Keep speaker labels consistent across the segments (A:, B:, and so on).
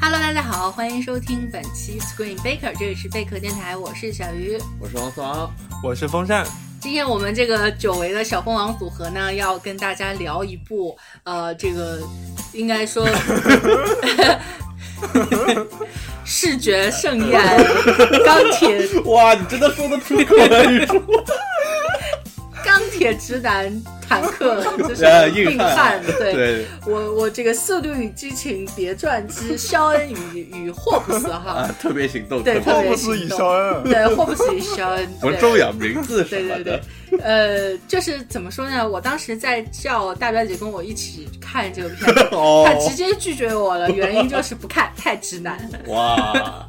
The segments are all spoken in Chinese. A: 大家好，欢迎收听本期 Screen Baker，这里是贝壳电台，我是小鱼。
B: 我是王思王，
C: 我是风扇，
A: 今天我们这个久违的小蜂王组合呢，要跟大家聊一部呃，这个应该说 视觉盛宴钢铁
B: 哇，你真的说的出口了，
A: 钢铁直男坦克，就是
B: 呃
A: 硬
B: 硬
A: 汉
B: 汉，
A: 对。
B: 对
A: 我我这个《速度与激情别传之肖恩与与霍布斯》
B: 啊
A: 哈，，
B: 特别行动，
A: 对
B: 特别
A: 特
C: 霍
A: 别
C: 布斯
A: 心
C: 与
A: 动
C: 肖恩，
A: 对霍布斯与肖恩，
B: 不
A: 对
B: 重要，名字什
A: 对
B: 么
A: 对
B: 的，
A: 对，，呃，就是怎么说呢？我当时在叫大表姐跟我一起看这个片子
B: 哦
A: 她，直接拒绝我了，原因就是不看， 太直男了。
B: 哇，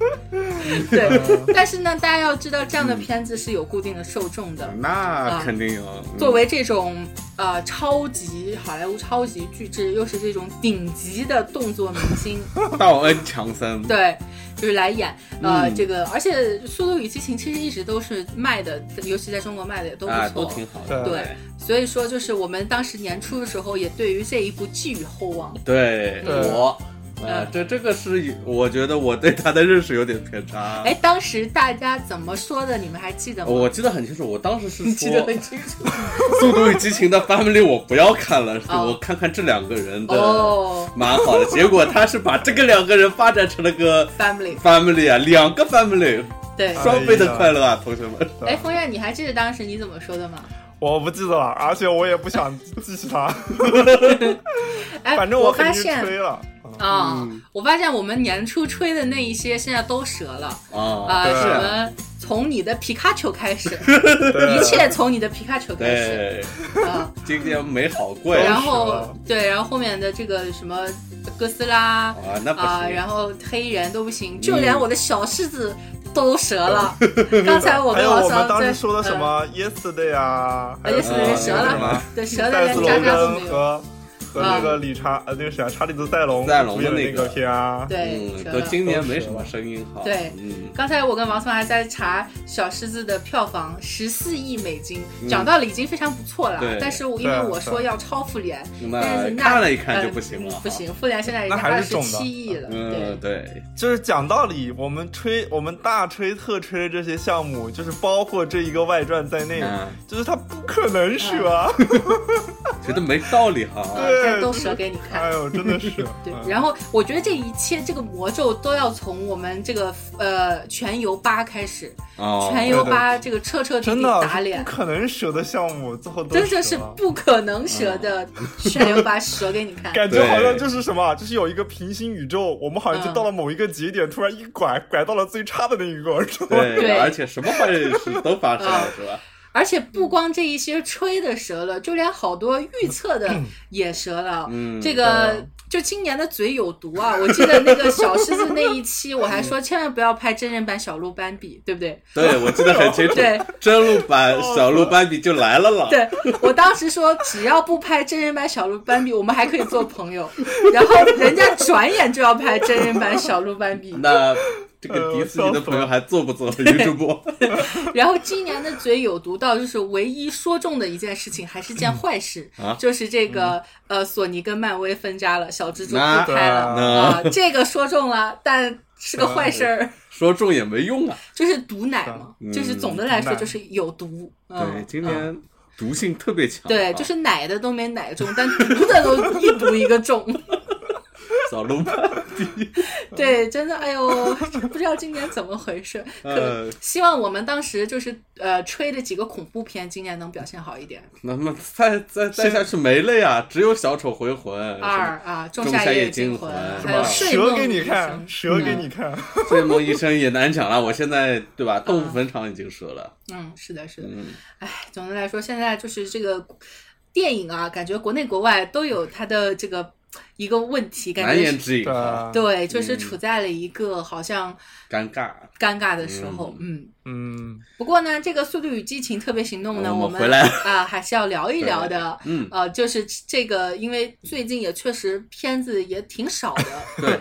A: 对，
B: 嗯
A: 但是呢，大家要知道，这样的片子是有固定的受众
B: 嗯
A: 的。
B: 那肯定啊，嗯
A: 作为这种呃超级好莱坞超级巨制，又是这种顶级的动作明 星，
B: 嗯道恩强森，
A: 对，就是来演呃、
B: 嗯
A: 这个，而且《速度与激情》其实一直都是卖的，尤其在中国卖的也都不错，
B: 啊，都挺好的，
A: 对，所以说，就是我们当时年初的时候，也对于这一部寄予厚望。
B: 对
C: 对
B: 我。
A: 嗯
B: 啊，这这个是我觉得我对他的认识有点偏差。
A: 哎，当时大家怎么说的？你们还记得吗？
B: 啊我记得很清楚，我当时是
A: 记得
B: 说
A: 很
B: 《
A: 清楚。
B: 速度与激情》的 Family 我不要看了，是
A: 哦
B: 我看看这两个人的，
A: 哦
B: 蛮好的。结果他是把这个两个人发展成了个
A: ，Family，
B: family 啊，两个 family，
A: 对。
C: 啊
B: 双倍的快乐啊，同学们。
A: 哎，风月，你还记得当时你怎么说的吗？
C: 我不记得了，而且我也不想记起他，
A: 哎，
C: 反正
A: 我
C: 肯
A: 发
C: 定
A: 现
C: 吹了。
A: 啊、
B: 嗯
A: 我发现我们年初吹的那一些现在都折了啊、
B: 啊
C: 对
A: 什么从你的皮卡丘开始，
C: 对
A: 一切从你的皮卡丘开始
B: 对，
A: 啊、
B: 今年没好过
A: 然
B: 呀。
A: 后对，然后后面的这个什么哥斯拉，
B: 啊，那 不
A: 啊、
B: 行。
A: 然后黑人都不行，
C: 嗯
A: 就连我的小狮子都折了。 刚才我
C: 还
A: 跟嗯
C: 有
A: 老
C: 我
A: 师
C: 们当
A: 在
C: 时说的什？么 yesterday 啊，还
A: 呃
C: 有
A: 也
C: 什
A: 是
C: 么
A: 人
B: 啊
A: 折
B: 那个什
A: 了
B: 么，
A: 对，折的
C: 戴
A: 连
C: 斯
A: 渣
C: 隆
A: 渣都
C: 根
A: 没有。啊
C: 和和那个理查呃那个谁啊，查理德塞隆
B: 塞隆
C: 主演的
B: 那
C: 那
B: 个
C: 个片啊，
A: 对，
B: 嗯，
A: 折
B: 都
A: 了。
B: 今年没什么声音好。
A: 对
B: 嗯，
A: 刚才我跟王松还在查小狮子的票房，十四亿美金，
B: 嗯
A: 讲道理已经非常不错了。
B: 对
A: 但是我因为
C: 对啊
A: 我说要超复联，
B: 那
A: 但是
B: 么
A: 那
B: 看了一看就
A: 呃
B: 不行了。
A: 不。行，复联现在已经
C: 那还
A: 二
C: 是
A: 十
C: 中的
A: 七亿了。
B: 嗯，对，
C: 就是讲道理，我们吹我们大吹特吹的这些项目，就是包括这一个外传在内，
B: 嗯，
C: 就是它不可能折啊，
A: 嗯
B: 觉得没道理哈。
A: 对，呃
C: 对
A: 都折给你看。
C: 哎呦，真的是
A: 。对，
C: 嗯
A: 然后我觉得这一切这个魔咒都要从我们这个呃全游八开始，
B: 哦，
A: 全游
C: 对对
A: 八这个彻彻底
C: 真
A: 底
C: 的
A: 打脸
C: 不，可能舍的项目，最后都
A: 真
C: 舍啊
A: 的
C: 了
A: 是不可能折的，
C: 嗯
A: 全游八折给你看。
C: 感觉好像
B: 对
C: 就是什么，就是有一个平行宇宙，我们好像就
A: 嗯
C: 到了某一个节点，突然一拐，拐到了最差的那一个，是吧？
A: 对哦
B: 对，而且什么坏事都发生了，是吧？
A: 而且不光这一些吹的折了，就连好多预测的也折了。
B: 嗯
A: 这个
C: 嗯对啊
A: 就今年的嘴有毒啊！我记得那个小狮子那一期，我还说千万不要拍真人版小鹿斑比，对不对？
B: 对，我记得很清楚
A: 对。
B: 真鹿版小鹿斑比就来了了。
A: 对我当时说，只要不拍真人版小鹿斑比，我们还可以做朋 友。然后人家转眼就要拍真人版小鹿斑比，
B: 那这个迪士尼的朋友还做不 做女主播？
A: 然后今年的嘴有毒到，就是唯一说中的一件事情，还是件坏事，
B: 啊
A: 就是这个、呃，索尼跟漫威分家了，小蜘蛛
B: 那
A: 离开了
B: 那
A: 啊、这个说中了，但是个坏事 儿，
B: 说中也没用啊。
A: 就是毒奶嘛，
B: 嗯
A: 就是总的来说
C: 毒奶
A: 就是有毒。
B: 对，
A: 嗯，
B: 今
A: 嗯
B: 年毒性特别强啊。
A: 对，就是奶的都没奶中，但毒的都一毒一个中。
B: 小 鹿斑比。
A: 对，真的，哎呦， 不知道今年怎么回事。可
B: 呃
A: 希望我们当时就是呃吹的几个恐怖片，今年能表现好一点。
B: 那么再再再下去没了呀，只有小丑回魂
A: 二啊，仲
B: 仲
A: 夏
B: 夏夜
A: 惊
B: 惊魂是
A: 还
B: 吧
A: 有睡梦
C: 蛇给你
A: 医
C: 看
A: 生，
C: 蛇给你看，
B: 什么醉梦医生也难讲了。我现在对吧，动物坟场已经折了，
A: 嗯，是的，是的。
B: 嗯，
A: 哎，总的来说，现在就是这个电影啊，感觉国内国外都有它的这个一个问题，感
B: 难
A: 觉
B: 言
A: 是
B: 之隐
C: 对，
B: 啊，
A: 对，就是
B: 嗯
A: 处在了一个好像
B: 尴尬。
A: 尴尬的时候，嗯。
C: 嗯，
A: 不过呢，这个《速度与激情》特别行动呢，
B: 哦
A: 我
B: 我们
A: 们
B: 回来
A: 啊、还是要聊一聊的。
B: 嗯，
A: 呃，就是这个，因为最近也确实片子也挺少的。
B: 对，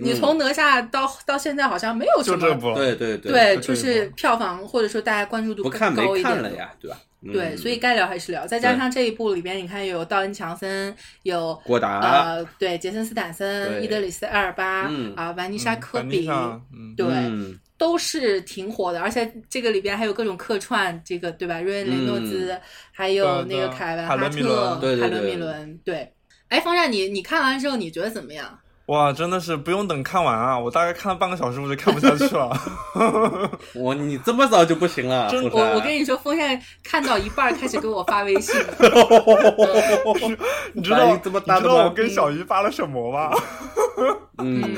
A: 你从哪吒到到现在好像没有什
C: 就
A: 么
C: 这部，
B: 对对
A: 对，
C: 就
A: 就
C: 这
A: 是
C: 一
A: 票房或者说大家关注度
B: 不
A: 更
B: 看
A: 高
B: 没
A: 一点
B: 看
A: 的
B: 了。呀，对吧？嗯
A: 对，所以该聊还是聊，再加
B: 对
A: 上这一部里边，你看有道恩·强森，有
B: 郭达
A: 呃，对，杰森斯坦森、
B: 对
A: 伊德里斯艾尔巴
B: 嗯
A: 啊，凡妮莎科
C: 凡妮
A: 比，
C: 莎嗯，
A: 对，
B: 嗯
A: 都是挺火的，而且这个里边还有各种客串，这个对吧？瑞恩·雷诺兹，还有那
C: 嗯对
A: 个
C: 啊对
A: 凯文·
C: 海
A: 哈
C: 伦米
A: 特、
C: 伦
B: 对对
A: 海伦·
B: 对
A: 米伦，对。哎，方战，你你看完之后你觉得怎么样？
C: 哇，真的是不用等看完啊，我大概看了半个小时我就看不下去了。
B: 我你这么早就不行了，
C: 真
B: 不是
A: 我我跟你说，风扇看到一半儿开始给我发微 信，
C: 你知道
B: 反应这么大的
C: 你知道
B: 吗
C: 我跟小鱼发了什么吗？
B: 嗯，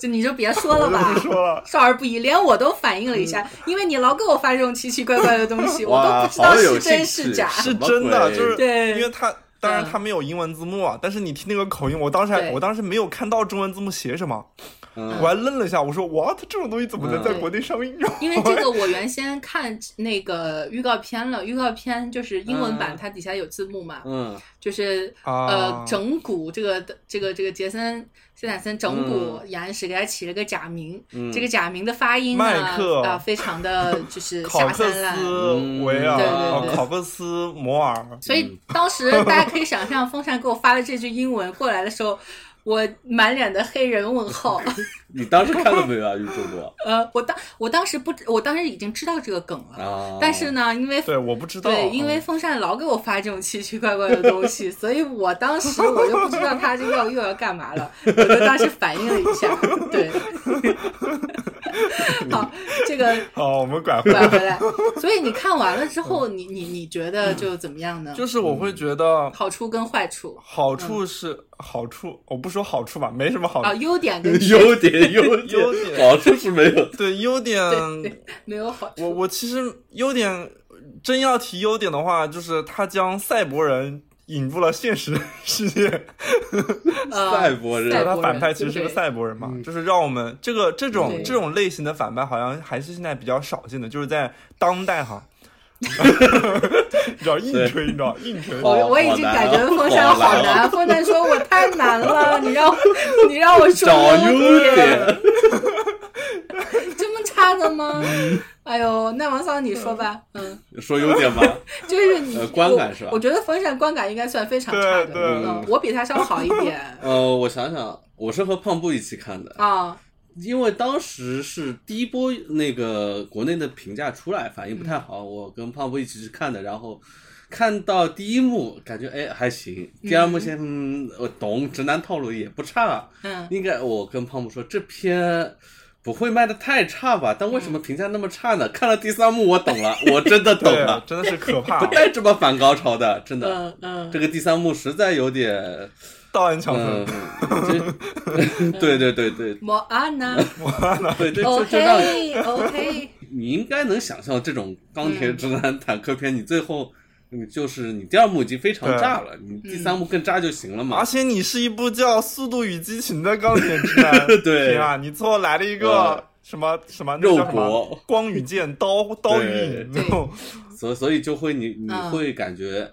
A: 就你就别说
C: 我
A: 了
C: 就
A: 吧
C: 不，说嗯了。
A: 少儿不宜，连我都反应了一下，因为你老给我发这种奇奇怪怪的东西，我
B: 哇
A: 都不知道
B: 好有
A: 是真
B: 兴
A: 是
B: 趣
A: 假。
C: 是真的，就是
A: 对
C: 因为他当然
A: 嗯
C: 他没有英文字幕啊，但是你听那个口音，我当时还
A: 对
C: 我当时没有看到中文字幕写什么，
B: 嗯
C: 我还愣了一下，我说 what 这种东西怎么
B: 嗯
C: 能在国内上映啊？
A: 因为 这 个我原先看那个预告片了，预告片就是英文版，
B: 嗯
A: 它底下有字幕嘛，
B: 嗯
A: 就是
C: 啊
A: 呃整蛊这个这个这个杰森斯坦森整蛊
C: 嗯
A: 岩石，给他起了个假名，
B: 嗯，
A: 这个假名的发音呢
C: 麦克
A: 啊、非常 的就是
C: 考
A: 下
C: 克
A: 三滥。
C: 斯维尔，
B: 嗯
A: 对对对
C: 哦考克斯摩尔，
A: 所以当 时大家可以想象，风扇给我发了这句英文过来的时候，我满脸的黑人问号。
B: 你当时看了没有啊？宇宙哥
A: 呃，我当我当时不知，我当时已经知道这个梗了，
C: 哦
B: 啊，
A: 但是呢，因为
C: 对，我不知道，
A: 对，因为风扇老给我发这种奇奇怪怪的东西，所以我当时我就不知道他这个要又要干嘛了，我就当时反应了一下。对，好，这个
C: 哦好，我们拐回来。
A: 拐回来。所以你看完了之后，你你你觉得就怎么样呢？
C: 就是我会觉得
A: 好处跟坏处
C: 好处是好处，我不说好处吧，没什么好
A: 嗯啊，
C: 处。
A: 优点跟缺
B: 优点优
C: 优
B: 点，
C: 点
B: 好处是没有，
C: 对优点，
A: 没有好
C: 我
A: 处。
C: 我其实优点，真要提优点的话，就是他将赛博人引入了现实世界，
A: 呃
B: 赛博人
A: 赛博
C: 他
A: 人
C: 反派其实是个
A: 对
C: 赛博人嘛，
B: 嗯
C: 就是让我们这个这种
A: 对
C: 这种类型的反派好像还是现在比较少见的，就是在当代 哈。你知道硬吹，你知道硬吹，
B: 哦
A: 我我已经感觉风扇好
B: 好难
A: 难，风扇说我太难了，你让我你让我说
B: 找
A: 优
B: 优
A: 啊
B: 点，
A: 这么差的吗？
C: 嗯
A: 哎呦，那王嫂你说吧，嗯，
B: 说优点吧，
A: 就是你
B: 呃观感是吧
A: 我我觉得风扇观感应该算非常差的，
C: 对对
A: 嗯，我比他稍好一点
B: 呃，我想想，我是和胖布一起看的，
A: 啊，
B: 因为当时是第一波那个国内的评价出来，反应不太
A: 嗯
B: 好，我跟胖布一起去看的，然后看到第一幕，感觉哎还行，第二幕先嗯我懂直男套路也不差，
A: 嗯，
B: 应该我跟胖布说这篇。不会卖的太差吧？但为什么评价那么差
A: 嗯
B: 呢？看了第三幕，我懂了，我真的懂
C: 对
B: 了，，
C: 真的是可怕
B: 不，带这么反高潮的，真的。
A: 嗯嗯，
B: 这个第三幕实在有点，
C: 道安强
B: 嗯
C: 森，，
B: 这
A: 嗯
B: 对对对对
A: 莫安娜 嗯
B: 对，这这这让
A: ，OK OK，
B: 你应该能想象这种钢铁直男坦克片，你最后你就是你第二幕已经非常炸了，
A: 嗯
B: 你第三幕更炸就行了嘛，
C: 而。且你是一部叫《速度与激情》的钢铁直男
B: 对
C: 天啊，你最后来了一个
B: 嗯
C: 什么什么
B: 肉
C: 那叫什么
B: 搏
C: 光与剑、刀刀与影，
A: 对
C: 然后
B: 所以所以就会你你
A: 嗯
B: 会感觉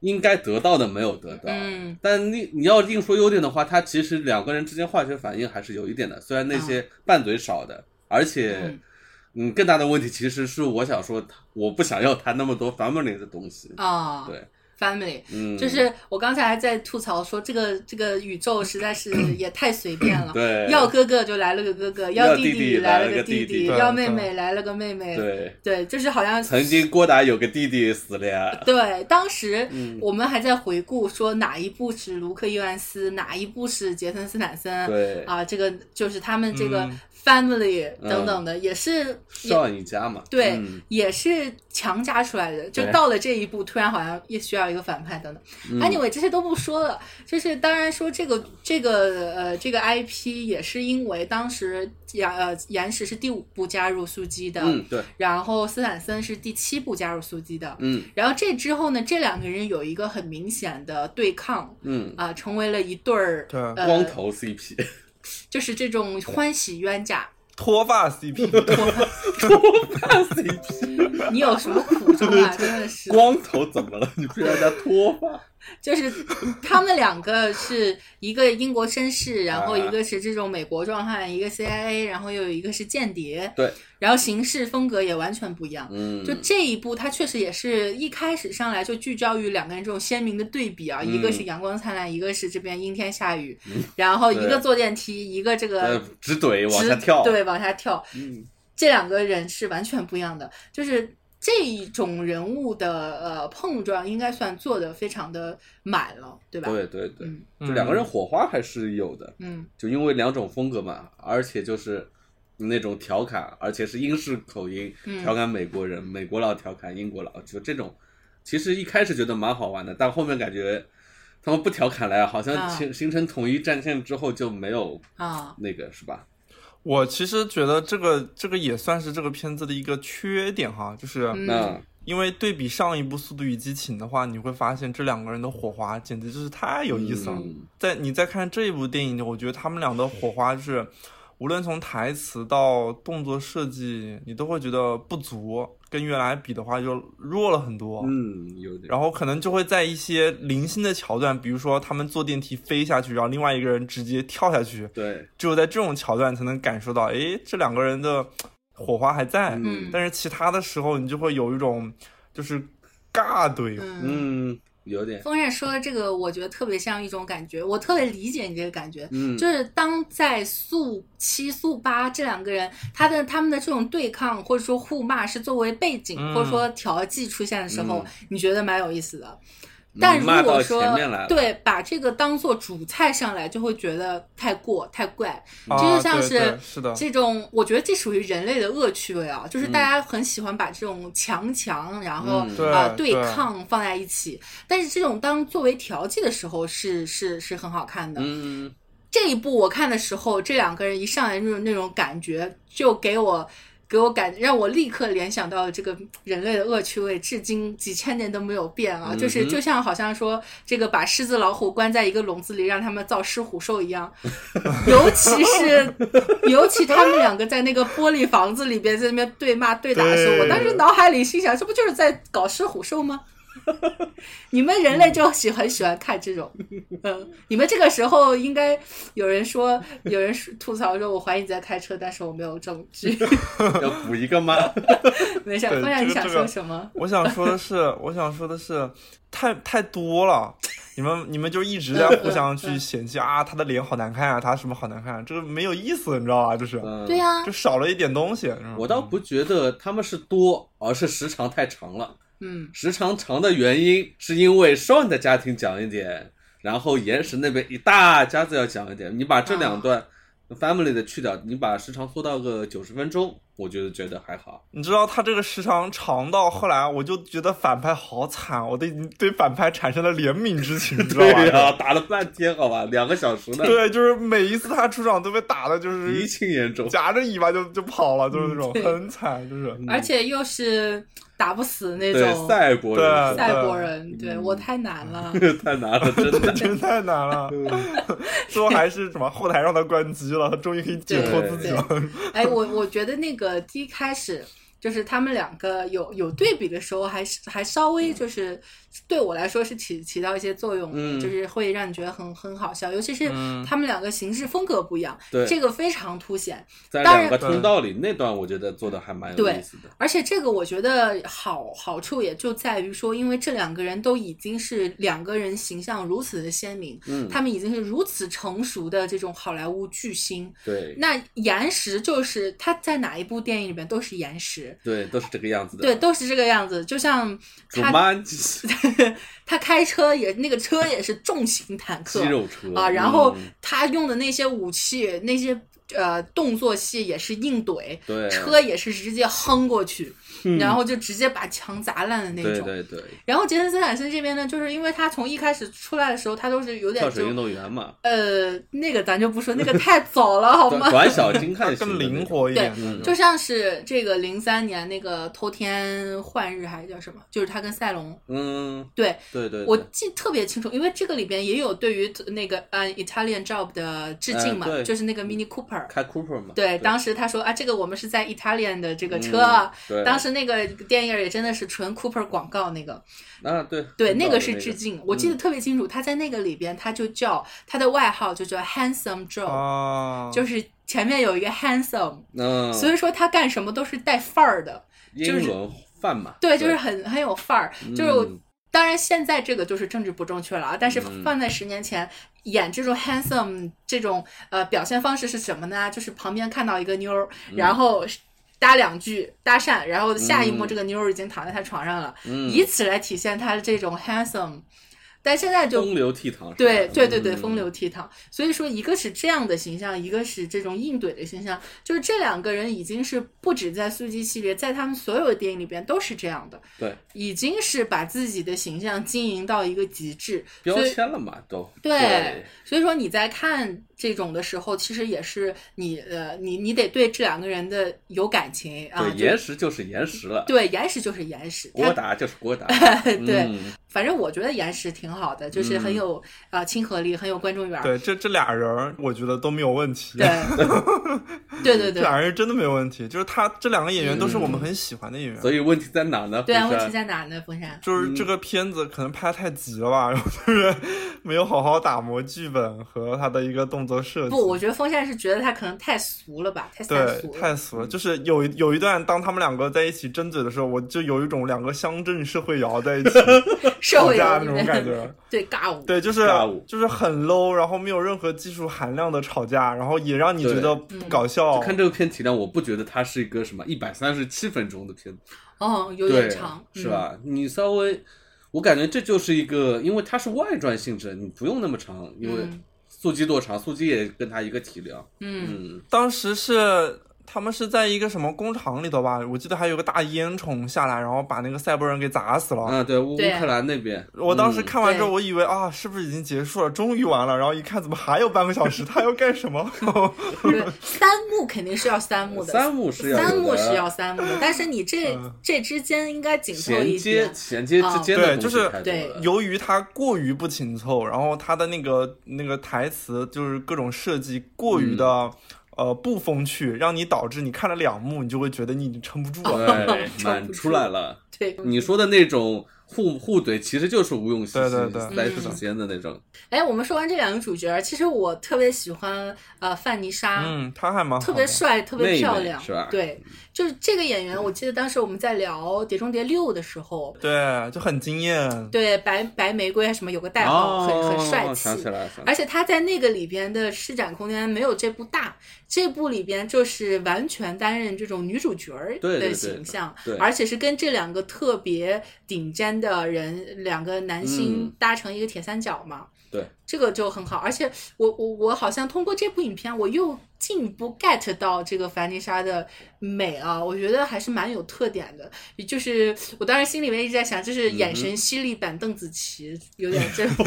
B: 应该得到的没有得到，
A: 嗯
B: 但你你要硬说优点的话，它其实两个人之间化学反应还是有一点的，虽然那些拌嘴少的，而且
A: 啊嗯。
B: 嗯，更大的问题其实是我想说，我不想要谈那么多 family 的东西。
A: 啊
B: 对，
A: ，Family。
B: 嗯，
A: 就是我刚才还在吐槽说，这个这个宇宙实在 是也太随便了。
B: 对
A: 要哥哥就来了个哥哥，
B: 要
A: 弟
B: 弟弟
A: 来
B: 来
A: 了
B: 了
A: 个
B: 个
A: 弟
B: 弟弟
C: 对
A: 要妹
C: 对
A: 妹来了个妹妹。
B: 对，
A: 对，就是好像
B: 曾经郭达有个弟弟死 了呀。
A: 对，当时
B: 嗯
A: 我们还在回顾说哪一部是卢克·伊万斯，哪一部是杰森·斯坦森。
B: 对，
A: 啊，这个就是他们这个
C: 嗯
A: family 等等的，也是也
B: 少一家嘛。
A: 对，
B: 嗯
A: 也是强加出来的。就
B: 对嗯
A: 到了这一步，突然好像也需要一个反派等等。anyway，这些都不说了。就是当然说这个这个呃这个 IP 也是因为当时岩呃岩石是第五部加入苏基的，
B: 嗯，对，
A: 然后斯坦森是第七部加入苏基的。
B: 嗯
A: 然后这之后呢，这两个人有一个很明显的对抗
B: 嗯，
A: 啊、成为了一对儿，
C: 对
A: 呃
B: 光 头 CP，
A: 就是这种欢喜冤家。
C: 脱发 CP，
A: 你有什么苦衷啊？真的是。
B: 光头怎么了？你非要人家脱发？
A: 就是他们两个是一个英国绅士，然后一个是这种美国壮汉，一个 CIA，然后又有一个是间谍，
B: 嗯对，
A: 然后行事风格也完全不一样。
B: 嗯，
A: 就这一部，它确实也是一开始上来就聚焦于两个人这种鲜明的对比啊，一
B: 嗯
A: 个是阳光灿烂，一个是这边阴天下雨，然后一个
B: 对
A: 坐电梯，一个这
B: 呃
A: 个
B: 直怼往
A: 直
B: 下跳，
A: 对，往下跳，
B: 嗯，
A: 这两个人是完全不一样的，就是这一种人物的呃碰撞，应该算做的非常的满了，对吧？
B: 对对对，
A: 嗯
B: 就两个人火花还是有的，
A: 嗯，
B: 就因为两种风格嘛，而且就是那种调侃，而且是英式口音，
A: 嗯
B: 调侃美国人，美国佬调侃英国佬，就这种，其实一开始觉得蛮好玩的，但后面感觉他们不调侃了，好像
A: 啊
B: 形形成统一战线之后就没有
A: 啊，
B: 那个是吧？
C: 我其实觉得这个这个也算是这个片子的一个缺点哈，就是
A: 嗯
B: 那
C: 因为对比上一部《速度与激情》的话，你会发现这两个人的火花简直就是太有意思了。
B: 嗯
C: 在你再看这一部电影，我觉得他们俩的火花就是，无论从台词到动作设计，你都会觉得不足，跟原来比的话就弱了很多。
B: 嗯，有点，
C: 然后可能就会在一些零星的桥段，比如说他们坐电梯飞下去，然后另外一个人直接跳下去，
B: 对，
C: 只有在这种桥段才能感受到，诶，这两个人的火花还在。
A: 嗯
C: 但是其他的时候，你就会有一种就是尬怼，
A: 嗯。
B: 嗯，有点，
A: 风扇说的这个，我觉得特别像一种感觉，我特别理解你这个感觉，
B: 嗯，
A: 就是当在速七、速八这两个人，他的他们的这种对抗或者说互骂是作为背景、
C: 嗯
A: 或者说调剂出现的时候，
B: 嗯
A: 你觉得蛮有意思的。
B: 嗯
A: 但如
B: 骂
A: 果
B: 到
A: 说
B: 前面来了，
A: 对把这个当做主菜上来，就会觉得太过太怪。
C: 啊
A: 这就像
C: 对
A: 是
C: 对是
B: 啊
C: 的，
A: 这种我觉得这属于人类的恶趣味啊，就是大家很喜欢把这种强强，然后啊、
B: 嗯
C: 对
A: 呃对
C: 对
A: 抗放在一起。但是这种当作为调剂的时候是是是很好看的。
B: 嗯，
A: 这一部我看的时候，这两个人一上来那种那种感觉，就给我给我感让我立刻联想到这个人类的恶趣味，至今几千年都没有变啊！
B: 嗯哼
A: 就是就像好像说这个把狮子、老虎关在一个笼子里，让他们造狮虎兽一样， 尤其是尤其他们两个在那个玻璃房子里边在那边对骂对打的时候，
C: 对
A: 我当时脑海里心想，这不就是在搞狮虎兽 吗？你们人类就喜很喜欢看这种，嗯，你们这个时候应该有人说，有人吐槽说，我怀疑你在开车，但是我没有证 据。
B: 嗯要补一 个吗？
A: 没事，
C: 对
A: 风然
C: 这个
A: 你想
C: 这
A: 说
C: 个
A: 什么？
C: 我想说的是， 我想说的是，太太多了，你们你们就一直在互相去嫌弃啊，他的脸好难看啊，他什么好难看、啊，这个没有意思，你知道吧？就是
B: 嗯，
A: 对呀、
C: 就少了一点东西。嗯
B: 我倒不觉得他们是多，而是时长太长了。
A: 嗯
B: 时长长的原因是因为 Sean 的家庭讲一点，然后岩石那边一大家子要讲一点。你把这两
C: 啊
B: 段 family 的去掉，你把时长缩到个九十分钟，我觉得觉得还好。
C: 你知道他这个时长长到后来，我就觉得反派好惨，啊我对对反派产生了怜悯之情，你知道
B: 对呀、
C: 吧？
B: 打了半天，好吧，两个小时呢，
C: 对，就是每一次他出场都被打的，就
B: 鼻
C: 是
B: 青眼肿。
C: 夹着尾巴就就跑了，就是那
A: 嗯
C: 种很惨，就是
A: 而且又是打不死那
B: 对，
A: 种
B: 赛博人
C: 对
A: 赛博人，对
C: 嗯
A: 我太难了。
B: 是吧 太难了，真 的。
C: 真太难了。
B: 嗯
C: 最后还是什么后台让他关机了，他终于可以解脱自己了。
A: 哎，我我觉得那个第一开始就是他们两个有有对比的时候还，是还稍微就是对我来说是起起到一些作用的，
B: 嗯
A: 就是会让你觉得很很好笑，尤其是
C: 嗯
A: 他们两个行事风格不一样，
B: 对
A: 这个非常凸显。
B: 在
A: 当然
B: 两个通道里那段，我觉得做的还蛮有意思的。
A: 而且这个我觉得好好处也就在于说，因为这两个人都已经是两个人形象如此的鲜明，
B: 嗯，
A: 他们已经是如此成熟的这种好莱坞巨星。
B: 对
A: 那岩石就是他在哪一部电影里面都是岩石，
B: 对，都是这个样子的。
A: 对，，都是这个样子。就像
B: 主
A: 他
B: 妈肌
A: 他开车也那个车也是重型坦克
B: 肉车
A: 啊，然后
B: 嗯
A: 他用的那些武器那些。呃，动作戏也是硬怼，
B: 对嗯
A: 车也是直接横过去，然后就直接把墙砸烂的那种。
B: 对对对，
A: 然后杰森斯坦森这边呢，就是因为他从一开始出来的时候，他都是有点
B: 跳水
A: 就
B: 运动员嘛，
A: 呃，那个咱就不说，那个太早了，好
B: 短
A: 哦吗？
B: 短小精 悍型的
C: 更
B: 那种
C: 灵。活一点，
B: 嗯
A: 就像是这个零三年那个偷天换日还是叫什么，就是他跟赛龙，
B: 嗯，
A: 对
B: 对对，
A: 我
B: 对
A: 记得特别清楚，因为这个里边也有对于那个《An 呃 Italian Job》的致敬嘛，
B: 哎对嗯
A: 就是那个 Mini Cooper，、 Cooper，
B: 开 Cooper 嘛，
A: 对，当时他说啊，这个我们是在 Italian 的这个
B: 嗯
A: 车啊，
B: 对，
A: 当时那个电影也真的是纯 Cooper 广告那个，
B: 啊对
A: 对，
B: 很早
A: 那
B: 的那
A: 个是致敬，我记得
B: 嗯
A: 特别清楚，他在那个里边他就叫他的外号就叫 Handsome Joe，、
B: 哦
C: 啊，
A: 就是前面有一个 Handsome，、
B: 嗯，
A: 所以说他干什么都是带范儿的，就是
B: 英伦范嘛，
A: 对，就是很很有范儿，就是我。
B: 嗯
A: 当然，现在这个就是政治不正确了啊。但是
B: 嗯
A: 放在十年前，演这种 handsome 这种呃表现方式是什么呢？就是旁边看到一个妞儿，
B: 嗯
A: 然后搭两句搭讪，然后下一幕
B: 嗯
A: 这个妞儿已经躺在他床上了，
B: 嗯
A: 以此来体现他的这种 handsome。但现在就
B: 风流倜傥是吧，
A: 对对对对，
B: 嗯
A: 风流倜傥。所以说，一个是这样的形象，一个是这种硬怼的形象，就是这两个人已经是不止在《速激》系列，在他们所有的电影里边都是这样的，
B: 对
A: 已经是把自己的形象经营到一个极致。
B: 标
A: 所以
B: 签了嘛都，
A: 对，所以说你在看这种的时候，其实也是你呃，你你得对这两个人的有感情啊
B: 对，，
A: 就
B: 岩石就是岩石了，
A: 对，岩石就是岩石，
B: 郭
A: 他
B: 达就是郭达，
A: 对
B: 嗯
A: 反正我觉得岩石挺好的，就是很
B: 嗯
A: 有啊、呃亲和力，很有观众缘儿。
C: 对这这俩人儿我觉得都没有问题，
A: 对， 对对
C: 这
A: 对
C: 俩人真的没有问题，就是他这两个演员都是
B: 嗯
C: 我们很喜欢的演员。
B: 所以问题在哪呢？
A: 对啊，
B: 不是
A: 问题在哪呢？风扇，
C: 就是这个片子可能拍太急了吧，然 后就是没有好好打磨剧本和他的一个动作设计。
A: 不，我觉得风扇是觉得他可能太俗了吧，太
C: 对
A: 散俗，了。
C: 太俗了。就是有一有一段，当他们两个在一起争嘴的时候，我就有一种两个乡镇社会摇在一 起
A: 社
C: 吵
A: 会
C: 架
A: 摇
C: 那
A: 里
C: 种
A: 面
C: 感觉。
A: 对尬舞，
C: 对，就是
B: 尬舞
C: 就是很 low，然后没有任何技术含量的吵架，然后也让你觉得
A: 嗯
C: 不搞笑
B: 就。看这个片体量，我不觉得它是一个什么一百三十七分钟的片子，
A: 哦，有
B: 对
A: 点长，，嗯
B: 是吧？你稍微，我感觉这就是一个，因为它是外传性质，你不用那么长，因为
A: 嗯
B: 速激多长，速激也跟它一个体量，
A: 嗯？嗯，
B: 嗯，
C: 当时是他们是在一个什么工厂里头吧，我记得还有个大烟囱下来，然后把那个赛博人给砸死了。
B: 啊，对，乌乌
A: 对
B: 克兰那边，
C: 我当时
B: 嗯
C: 看完之后，
A: 对
C: 我以为啊，是不是已经结束了，终于完了。然后一看，怎么还有半个小时？他要干什么？ 然后
A: 对，三幕肯定是要三幕的，
B: 嗯三幕是要有的
A: 三幕是要三幕的，但是你这
C: 嗯
A: 这之间应该紧凑
B: 衔
A: 一些
B: 接。衔接之间的
C: 啊对
B: 东西
C: 就是
B: 太多
A: 哦对
B: 了
C: 由于他过于不紧凑，然后他的那个那个台词就是各种设计过
B: 嗯
C: 于的、呃不风趣，让你导致你看了两幕，你就会觉得你已经撑不住 了。
B: 对
A: 撑不，住
B: 满出来了。
A: 对，
B: 你说的那种互互怼，其实就是无用信息
C: 对对对
B: 塞
A: 嗯
B: 之间的那种。
A: 哎，我们说完这两个主角，其实我特别喜欢呃范妮莎，
C: 嗯，他还蛮好
A: 特别
C: 的
A: 帅，特别
B: 妹
A: 漂
B: 妹
A: 亮，
B: 是吧嗯
A: 对，就是这个演员，我记得当时我们在聊《碟中谍六》的时候，
C: 对，就很惊艳。
A: 对白白玫瑰啊什么有个代号，
B: 哦，
A: 很很帅
B: 想
A: 气
B: 起。来了，想起来
A: 而且他在那个里边的施展空间没有这部大，这部里边就是完全担任这种女主角儿
B: 对对
A: 的
B: 对
A: 形象，
B: 对
A: 而且是跟这两个特别顶尖的人，两个男星
B: 嗯
A: 搭成一个铁三角嘛，
B: 对，
A: 这个就很好。而且我我我好像通过这部影片，我又进一步 get 到这个凡妮莎的美啊，我觉得还是蛮有特点的。就是我当时心里面一直在想，就是眼
B: 嗯
A: 神犀利版邓紫棋，有点这种。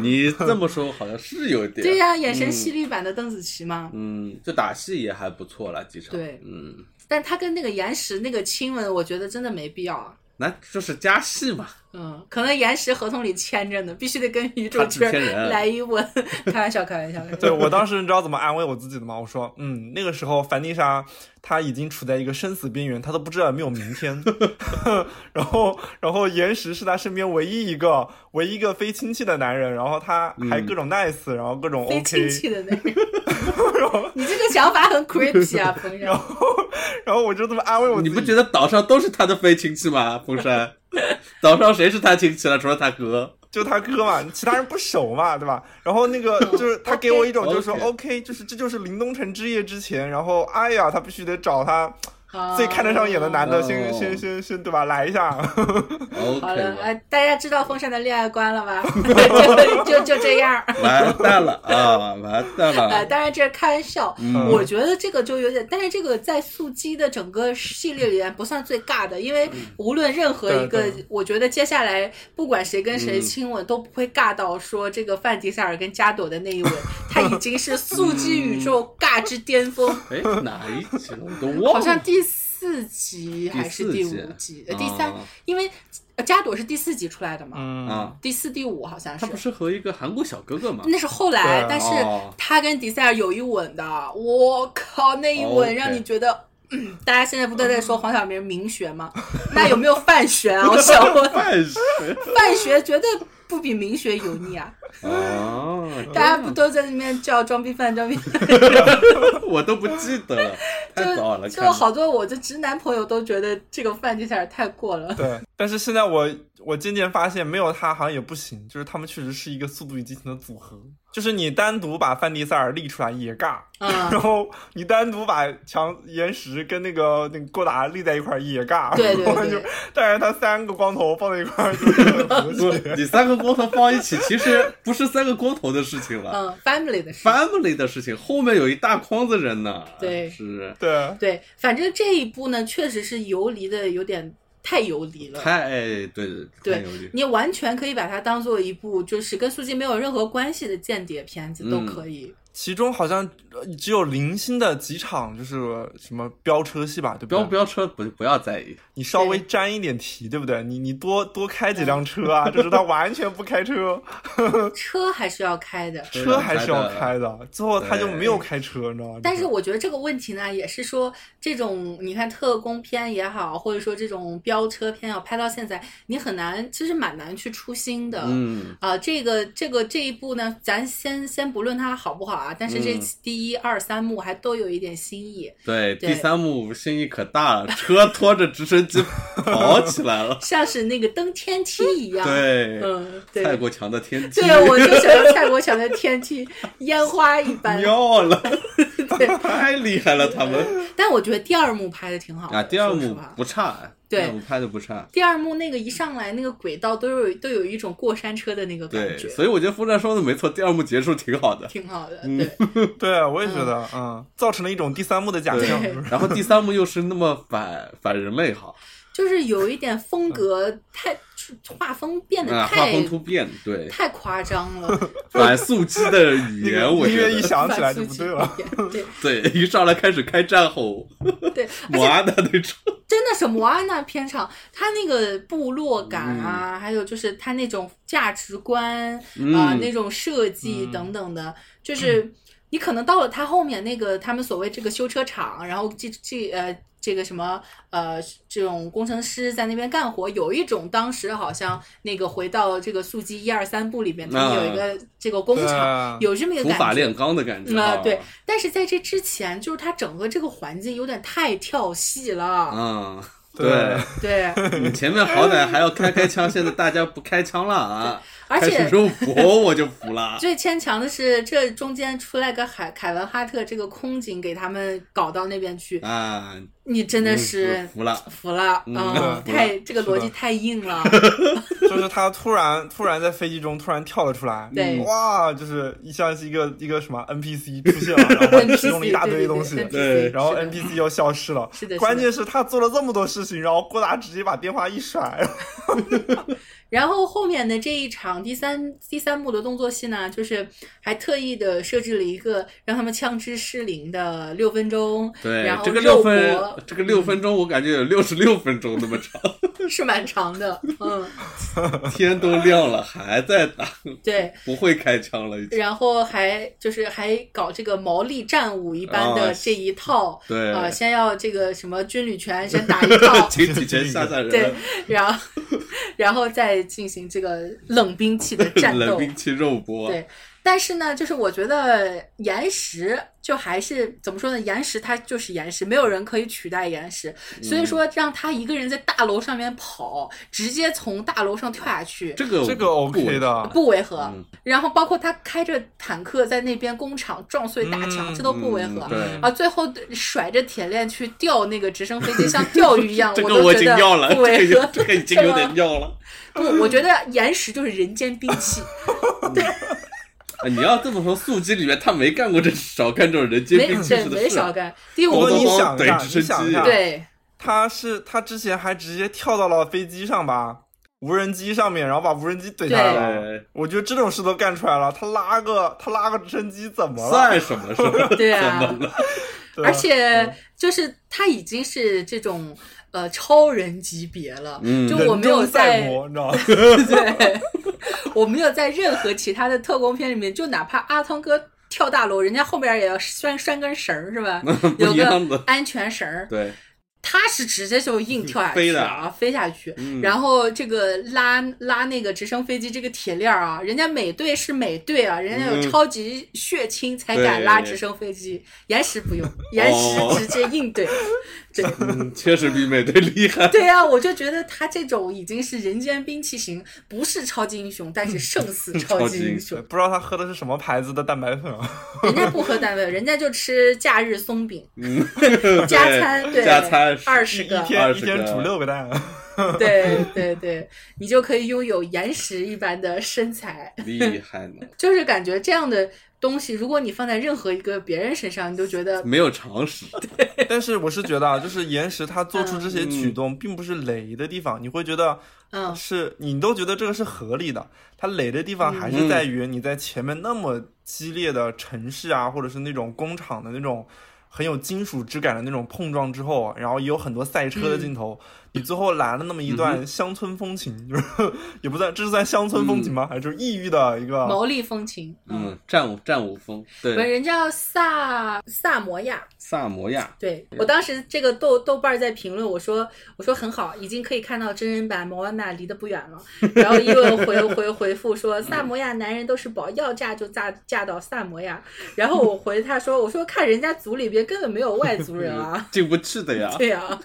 B: 你这么说好像是有点。
A: 哎 对呀、眼
C: 嗯
A: 神犀利版的邓紫棋嘛。
B: 嗯，就打戏也还不错了，几场。
A: 对
B: 嗯，
A: 但她跟那个岩石那个亲吻，我觉得真的没必要啊。
B: 那就是加 戏嘛。
A: 嗯，可能岩石合同里签着呢，必须得跟宇宙圈
B: 他制片人
A: 来一吻。开玩笑，开 玩笑。开玩笑
C: 对我当时你知道怎么安慰我自己的吗？我说，嗯，那个时候凡妮莎她已经处在一个生死边缘，她都不知道有没有明天。 然后，然后岩石是她身边唯一一个唯一一个非亲戚的男人，然后他
B: 嗯
C: 还各种 nice，、然后各种
A: 非亲
C: OK，
A: 戚的那个， 你这个想法很 creepy 啊，朋友。
C: 然后我就这么安慰我自
B: 你
C: 己。
B: 不觉得岛上都是他的非亲戚吗？风 山，岛上谁是他亲戚了？除了他哥。
C: 就他哥嘛，其他人不熟嘛，对吧？然 后那个就是他给我一种就是说
B: OK
C: OK，就是这就是林东城之夜之前，然后哎呀，他必须得找他 最看得上眼的男的，先
B: 哦
C: 先先先对吧，来一下。
A: 哦。好
B: OK，
A: 了，哎
B: 了，
A: 大家知道风扇的恋爱观了 吧？就就就这样。
B: 完蛋了啊，完蛋
A: 呃，
B: 了。
A: 当然这是开玩笑，
C: 嗯
A: 嗯 我觉得这个就有点，但是这个在速激的整个系列里面不算最尬的，因为无论任何一个
C: 对对，
A: 我觉得接下来不管谁跟谁亲吻都不会尬到说这个范迪塞尔跟加朵的那一吻，他已经是速激宇宙尬之巅峰，
B: 哎，哪一集了？我都忘
A: 好
B: 了。
A: 像第第四集还是第五集？呃，第三，
B: 啊
A: 因为呃加朵是第四集出来的嘛，
C: 嗯，
B: 啊，
A: 第四、第五好像
B: 他不是和一个韩国小哥 哥吗？
A: 那是后来，
C: 对
A: 但是
B: 哦
A: 他跟迪塞尔有一吻的，我靠，那一吻
B: 哦 OK
A: 让你觉得。嗯，大家现在不都在说黄晓明明学吗？那有没有泛学啊？我想问，
B: 饭是
A: 泛学绝对不比明学油腻啊！
B: 哦，
A: 大家不都在那边叫装逼犯、装逼 犯，
B: 我都不记得了，太早 了，
A: 就
B: 看
A: 就
B: 到
A: 好多我的直男朋友都觉得这个范迪塞尔太过了。
C: 对。但是现在我我渐渐发现，没有他好像也不行，就是他们确实是一个《速度与激情》的组合，就是你单独把范迪塞尔立出来也尬，
A: 嗯，
C: 然后你单独把强岩石跟那个那个郭达立在一块儿也尬，
A: 对对
C: 然后
A: 对
C: 就但是他三个光头放在一 块儿就是很和
B: 不
C: 谐，
B: 你三个光头放一起， 其实不是三个光头的事情了
A: 嗯，family 的事。
B: ，family 的事情，后面有一大筐子人呢。
A: 对
B: 是
C: 对，
A: 对，反正这一部呢，确实是游离的有点太游离了。
B: 太对哎对
A: 对
B: 太有力
A: 你完全可以把它当做一部就是跟苏记没有任何关系的间谍片子
B: 嗯
A: 都可以。
C: 其中好像呃只有零星的几场就是什么飙车戏吧，对不
B: 飙
C: 对？
B: 不飙车不不要在意，
C: 你稍微沾一点题，对不对？你你多多开几辆车啊，就是他完全不开车，
B: 呃
A: 车还是要开的，
B: 对
C: 车还是要
B: 开的
C: 开的，最后他就
B: 对
C: 没有开车，你知道吗？
A: 但是
C: 就是
A: 我觉得这个问题呢，也是说这种你看特工片也好，或者说这种飙车片要拍到现在，你很难，其实蛮难去出新的。
B: 嗯，
A: 啊、这个这个这一部呢，咱先先不论它好不好啊，但是这
B: 嗯
A: 第一、二三幕还都有一点新意。
B: 对，
A: 对
B: 第三幕新意可大了，车拖着直升机跑起来 了，
A: 像是那个登天梯一样。，
B: 对，
A: 啊嗯，对，
B: 蔡国强的天 梯
A: 对，啊我就想到蔡国强的天梯，烟花一般。
B: 妙了，
A: 对，
B: 太厉害了，他 们
A: 但我觉得第二幕拍的挺好的
B: 啊，第二
A: 说实
B: 幕
A: 话
B: 不差，哎
A: 对
B: 第二幕拍的不差，
A: 第二幕那个一上来那个轨道都有都有一种过山车的那个感
B: 对，
A: 觉，
B: 所以我觉得夫战说的没错，第二幕结束挺 好的。
A: 挺好的。
B: 嗯
A: 对，
C: 对啊我也觉得，嗯，造成了一种第三幕的假
B: 对
C: 象，
A: 对
C: 是不是
B: 然后第三幕又是那么反反人类哈，
A: 就是有一点风格太画风变得
B: 啊，
A: 太、
B: 画风突变， 对，
A: 太夸张 了，
B: 反速激的语
C: 那个
B: 言，我
C: 音
B: 觉
C: 乐一
B: 得，
C: 响起来
A: 反
C: 就
A: 思
C: 不
A: 起
C: 对了。
A: 一点
B: 对，一上来开始开战吼，
A: 对对，
B: 摩阿娜那种，
A: 真的是摩安娜片场，他那个部落感啊，还有就是他那种价值观啊、
B: 嗯
A: 那种设计
C: 嗯
A: 等等的，就是你可能到了他后面那个他们所谓这个修车厂，然后这这呃这个什么呃这种工程师在那边干活，有一种当时好像那个回到这个速激一二三部里面，他们有一个这个 工厂，
C: 对，
A: 有这么一个
B: 嗯啊土
A: 感
B: 法
A: 觉。
B: 炼钢的感觉
A: 啊、
B: 啊，
A: 对，但是在这之前，就是它整个这个环境有点太跳戏了，
B: 嗯，
C: 对
B: 对，
A: 对，
B: 你前面好歹还要开开枪，现在大家不开枪了啊，
A: 而且
B: 开始肉搏我就 服了，
A: 最牵强的是，这中间出来个海凯文哈特这个空警给他们搞到那边去，
B: 啊，
A: 你真的是
B: 嗯服了，
A: 服了，
B: 嗯
A: 嗯，
B: 服了
A: 太这个逻辑
C: 是的
A: 太硬 了，
C: 就是他突然突然在飞机中突然跳了出来，
A: 对
C: 哇，就是像是一个一个什么 NPC 出现了， 然后提供了一大堆东西，
A: 对
B: 对
C: 然后
A: NPC
C: NPC 又消失了。
A: 是的，
C: 关
A: 是的。
C: 键是他做了这么多事情，然后郭达直接把电话一甩，
A: 然后后面的这一场第三第三幕的动作戏呢，就是还特意的设置了一个让他们枪支失灵的六分钟，
B: 对
A: 然，后
B: 这个
A: 肉
B: 六
A: 搏
B: 分，这个六分钟我感觉有六十六分钟那么长。
A: 是蛮长的，嗯，
B: 天都亮了还在打，
A: 对。
B: 不会开枪了已经。
A: 然后还就是还搞这个毛利战舞一般的
B: 啊
A: 这一套，
B: 对，，
A: 啊、先要这个什么军旅拳先打一套
B: 群体拳吓吓
A: 对
B: 人，，
A: 然后然后再进行这个冷兵器的战
B: 冷
A: 斗。
B: 兵器肉搏，
A: 对但是呢，就是我觉得岩石就还是怎么说呢？岩石它就是岩石，没有人可以取代岩石。所以
B: 嗯
A: 说，让他一个人在大楼上面跑，直接从大楼上跳下去，
B: 这个
C: 这个 OK
B: 不，
C: 的，
A: 不违和。
B: 嗯
A: 然后包括他开着坦克在那边工厂撞碎大墙，
C: 嗯
A: 这都不违和。
B: 嗯对，
A: 啊，最后甩着铁链去钓那个直升飞机， 像钓鱼一样，
B: 这个
A: 都
B: 我已
A: 觉
B: 经
A: 得
B: 要了，
A: 不
B: 这
A: 违
B: 个
A: 和
B: 已。这个已经有点要了。
A: 不，我觉得岩石就是人间兵器，
B: 啊你要这么说，速激里面他没干过这少干这种 人间
A: 没
B: 兵器
A: 对
B: 似
A: 没
B: 的啊事
A: 少
B: 儿，
A: 干。第
C: 不
A: 五
B: 咣
C: 过
A: 个
B: 咣
C: 你
B: 咣
C: 想一下，
B: 怼直
C: 你想一
B: 升
C: 下，
B: 机
A: 对
C: 他是他之前还直接跳到了飞机上吧，无人机上面，然后把无人机怼下来了。
B: 对，
C: 我觉得这种事都干出来了，他拉个他拉个直升机怎么了？
B: 算什么是吧？
A: 对啊，
C: 对
A: 而且
C: 嗯
A: 就是他已经是这种呃超人级别了，
B: 嗯
A: 就
C: 人
A: 我没有
C: 中赛
A: 在
C: 魔，你知 道吗？
A: 对，我没有在任何其他的特工片里面，就哪怕阿汤哥跳大楼，人家后边也要拴拴根绳儿是吧？有
B: 嗯一样的
A: 个安全绳儿，
B: 对，嗯
A: 他是直接就硬跳下
B: 飞
A: 去
B: 的
A: 啊，飞下去。
B: 嗯
A: 然后这个拉拉那个直升飞机这个铁链儿啊，人家美队是美队啊，人家有
B: 嗯
A: 超级血清才
B: 对哦
A: 敢拉直升飞机，岩石 不用，岩石直接硬怼。对
B: 嗯，确实比美队 厉害。
A: 对啊，我就觉得他这种已经是人间兵器型，不是超级英雄，但是胜似超
B: 超
A: 级
B: 级
A: 英
B: 英
A: 雄。
C: 不知道他喝的是什么牌子的蛋白粉啊？
A: 人家不喝蛋白粉，人家就吃假日松饼，
B: 嗯，
A: 加餐
B: 对
A: 对，
B: 加餐
A: 二
C: 一
A: 十
C: 一
A: 个，
B: 二
C: 天一
B: 十
C: 天
B: 个
C: 煮六个 蛋，啊
A: 对对对，你就可以拥有岩石一般的身材，
B: 厉害呢，
A: 就是感觉这样的东西，如果你放在任何一个别人身上，你都觉得
B: 没有常识。
C: 但是我是觉得啊，就是岩石他做出这些举动，并不是雷的地方，你会觉得
A: 嗯
C: 是你都觉得这个是合理的。它雷的地方还是在于你在前面那么激烈的城市啊，或者是那种工厂的那种很有金属质感的那种碰撞之后，然后也有很多赛车的镜头，你最后来了那么一段乡村风情， 就是也不算这是算乡村风情吗？还是就是异域的一个？
A: 毛利风情，
B: 嗯，战舞战舞风，
A: 不是
B: 对，
A: 人叫萨萨摩亚。
B: 萨摩亚，
A: 对
C: 嗯
A: 我当时这个豆豆瓣儿在评论，我说我说很好，已经可以看到真人版莫安娜离得不远了。 然后也有回回回复
C: 嗯
A: 说萨摩亚男人都是宝，要嫁就嫁嫁到萨摩亚。然后我回他说我说看人家组里边根本没有外族人啊。
B: 进不去的
C: 嗯
B: 呀。
A: 对啊，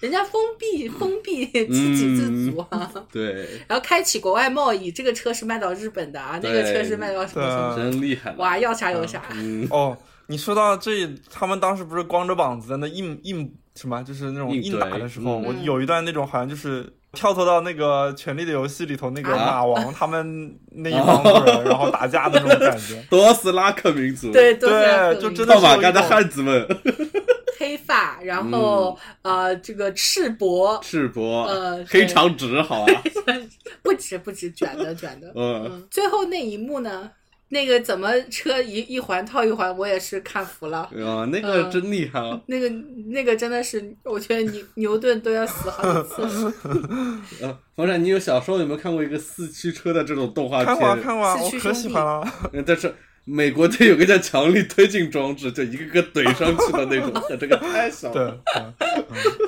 A: 人家封闭封闭自给自足啊，
C: 嗯
B: 对，
A: 然后开启国外贸易，这个车是卖到日本的啊，那个
B: 对
A: 车是卖到什么什么，
C: 对
B: 真厉害。
A: 哇，，要啥有啥，
B: 嗯，
C: 哦，你说到这，他们当时不是光着膀子在那硬硬什么，就是那种
B: 硬
C: 硬打
B: 怼
C: 的时候，
B: 嗯
C: 我有一段那种好像就是。跳脱到那个《权力的游戏》里头那个
B: 啊哦
C: 马 王他们那一帮子人，然后打架的那种感 觉，
B: 多斯拉克民族，，
A: 对，都
C: 对，
A: 是
C: 就真的
B: 到
C: 是有
B: 马
C: 一
B: 干的
C: 种
B: 汉子们，
A: 黑发，然后、呃这个赤 膊，
B: 赤膊
A: 呃，
B: 黑
A: 对
B: 长直，好啊，
A: 不止不止卷的卷的，
B: 嗯，
A: 嗯，最后那一幕呢，那个怎么车一一环套一环，我也是看服了。
B: 啊，那个
A: 嗯
B: 真厉害啊，
A: 那个那个真的是，我觉得牛牛顿都要死好几次 了。
B: 呃，房产，你有小时候有没有看过一个四驱车的这种动画
C: 看过啊
B: 片？
C: 看过啊，
A: 四
C: 我
A: 驱
C: 可
A: 兄
C: 喜
A: 弟
C: 欢了。
B: 嗯但是美国队有个叫强力推进装置，就一个个怼上去的 那种，这个太小
C: 对
B: 了。，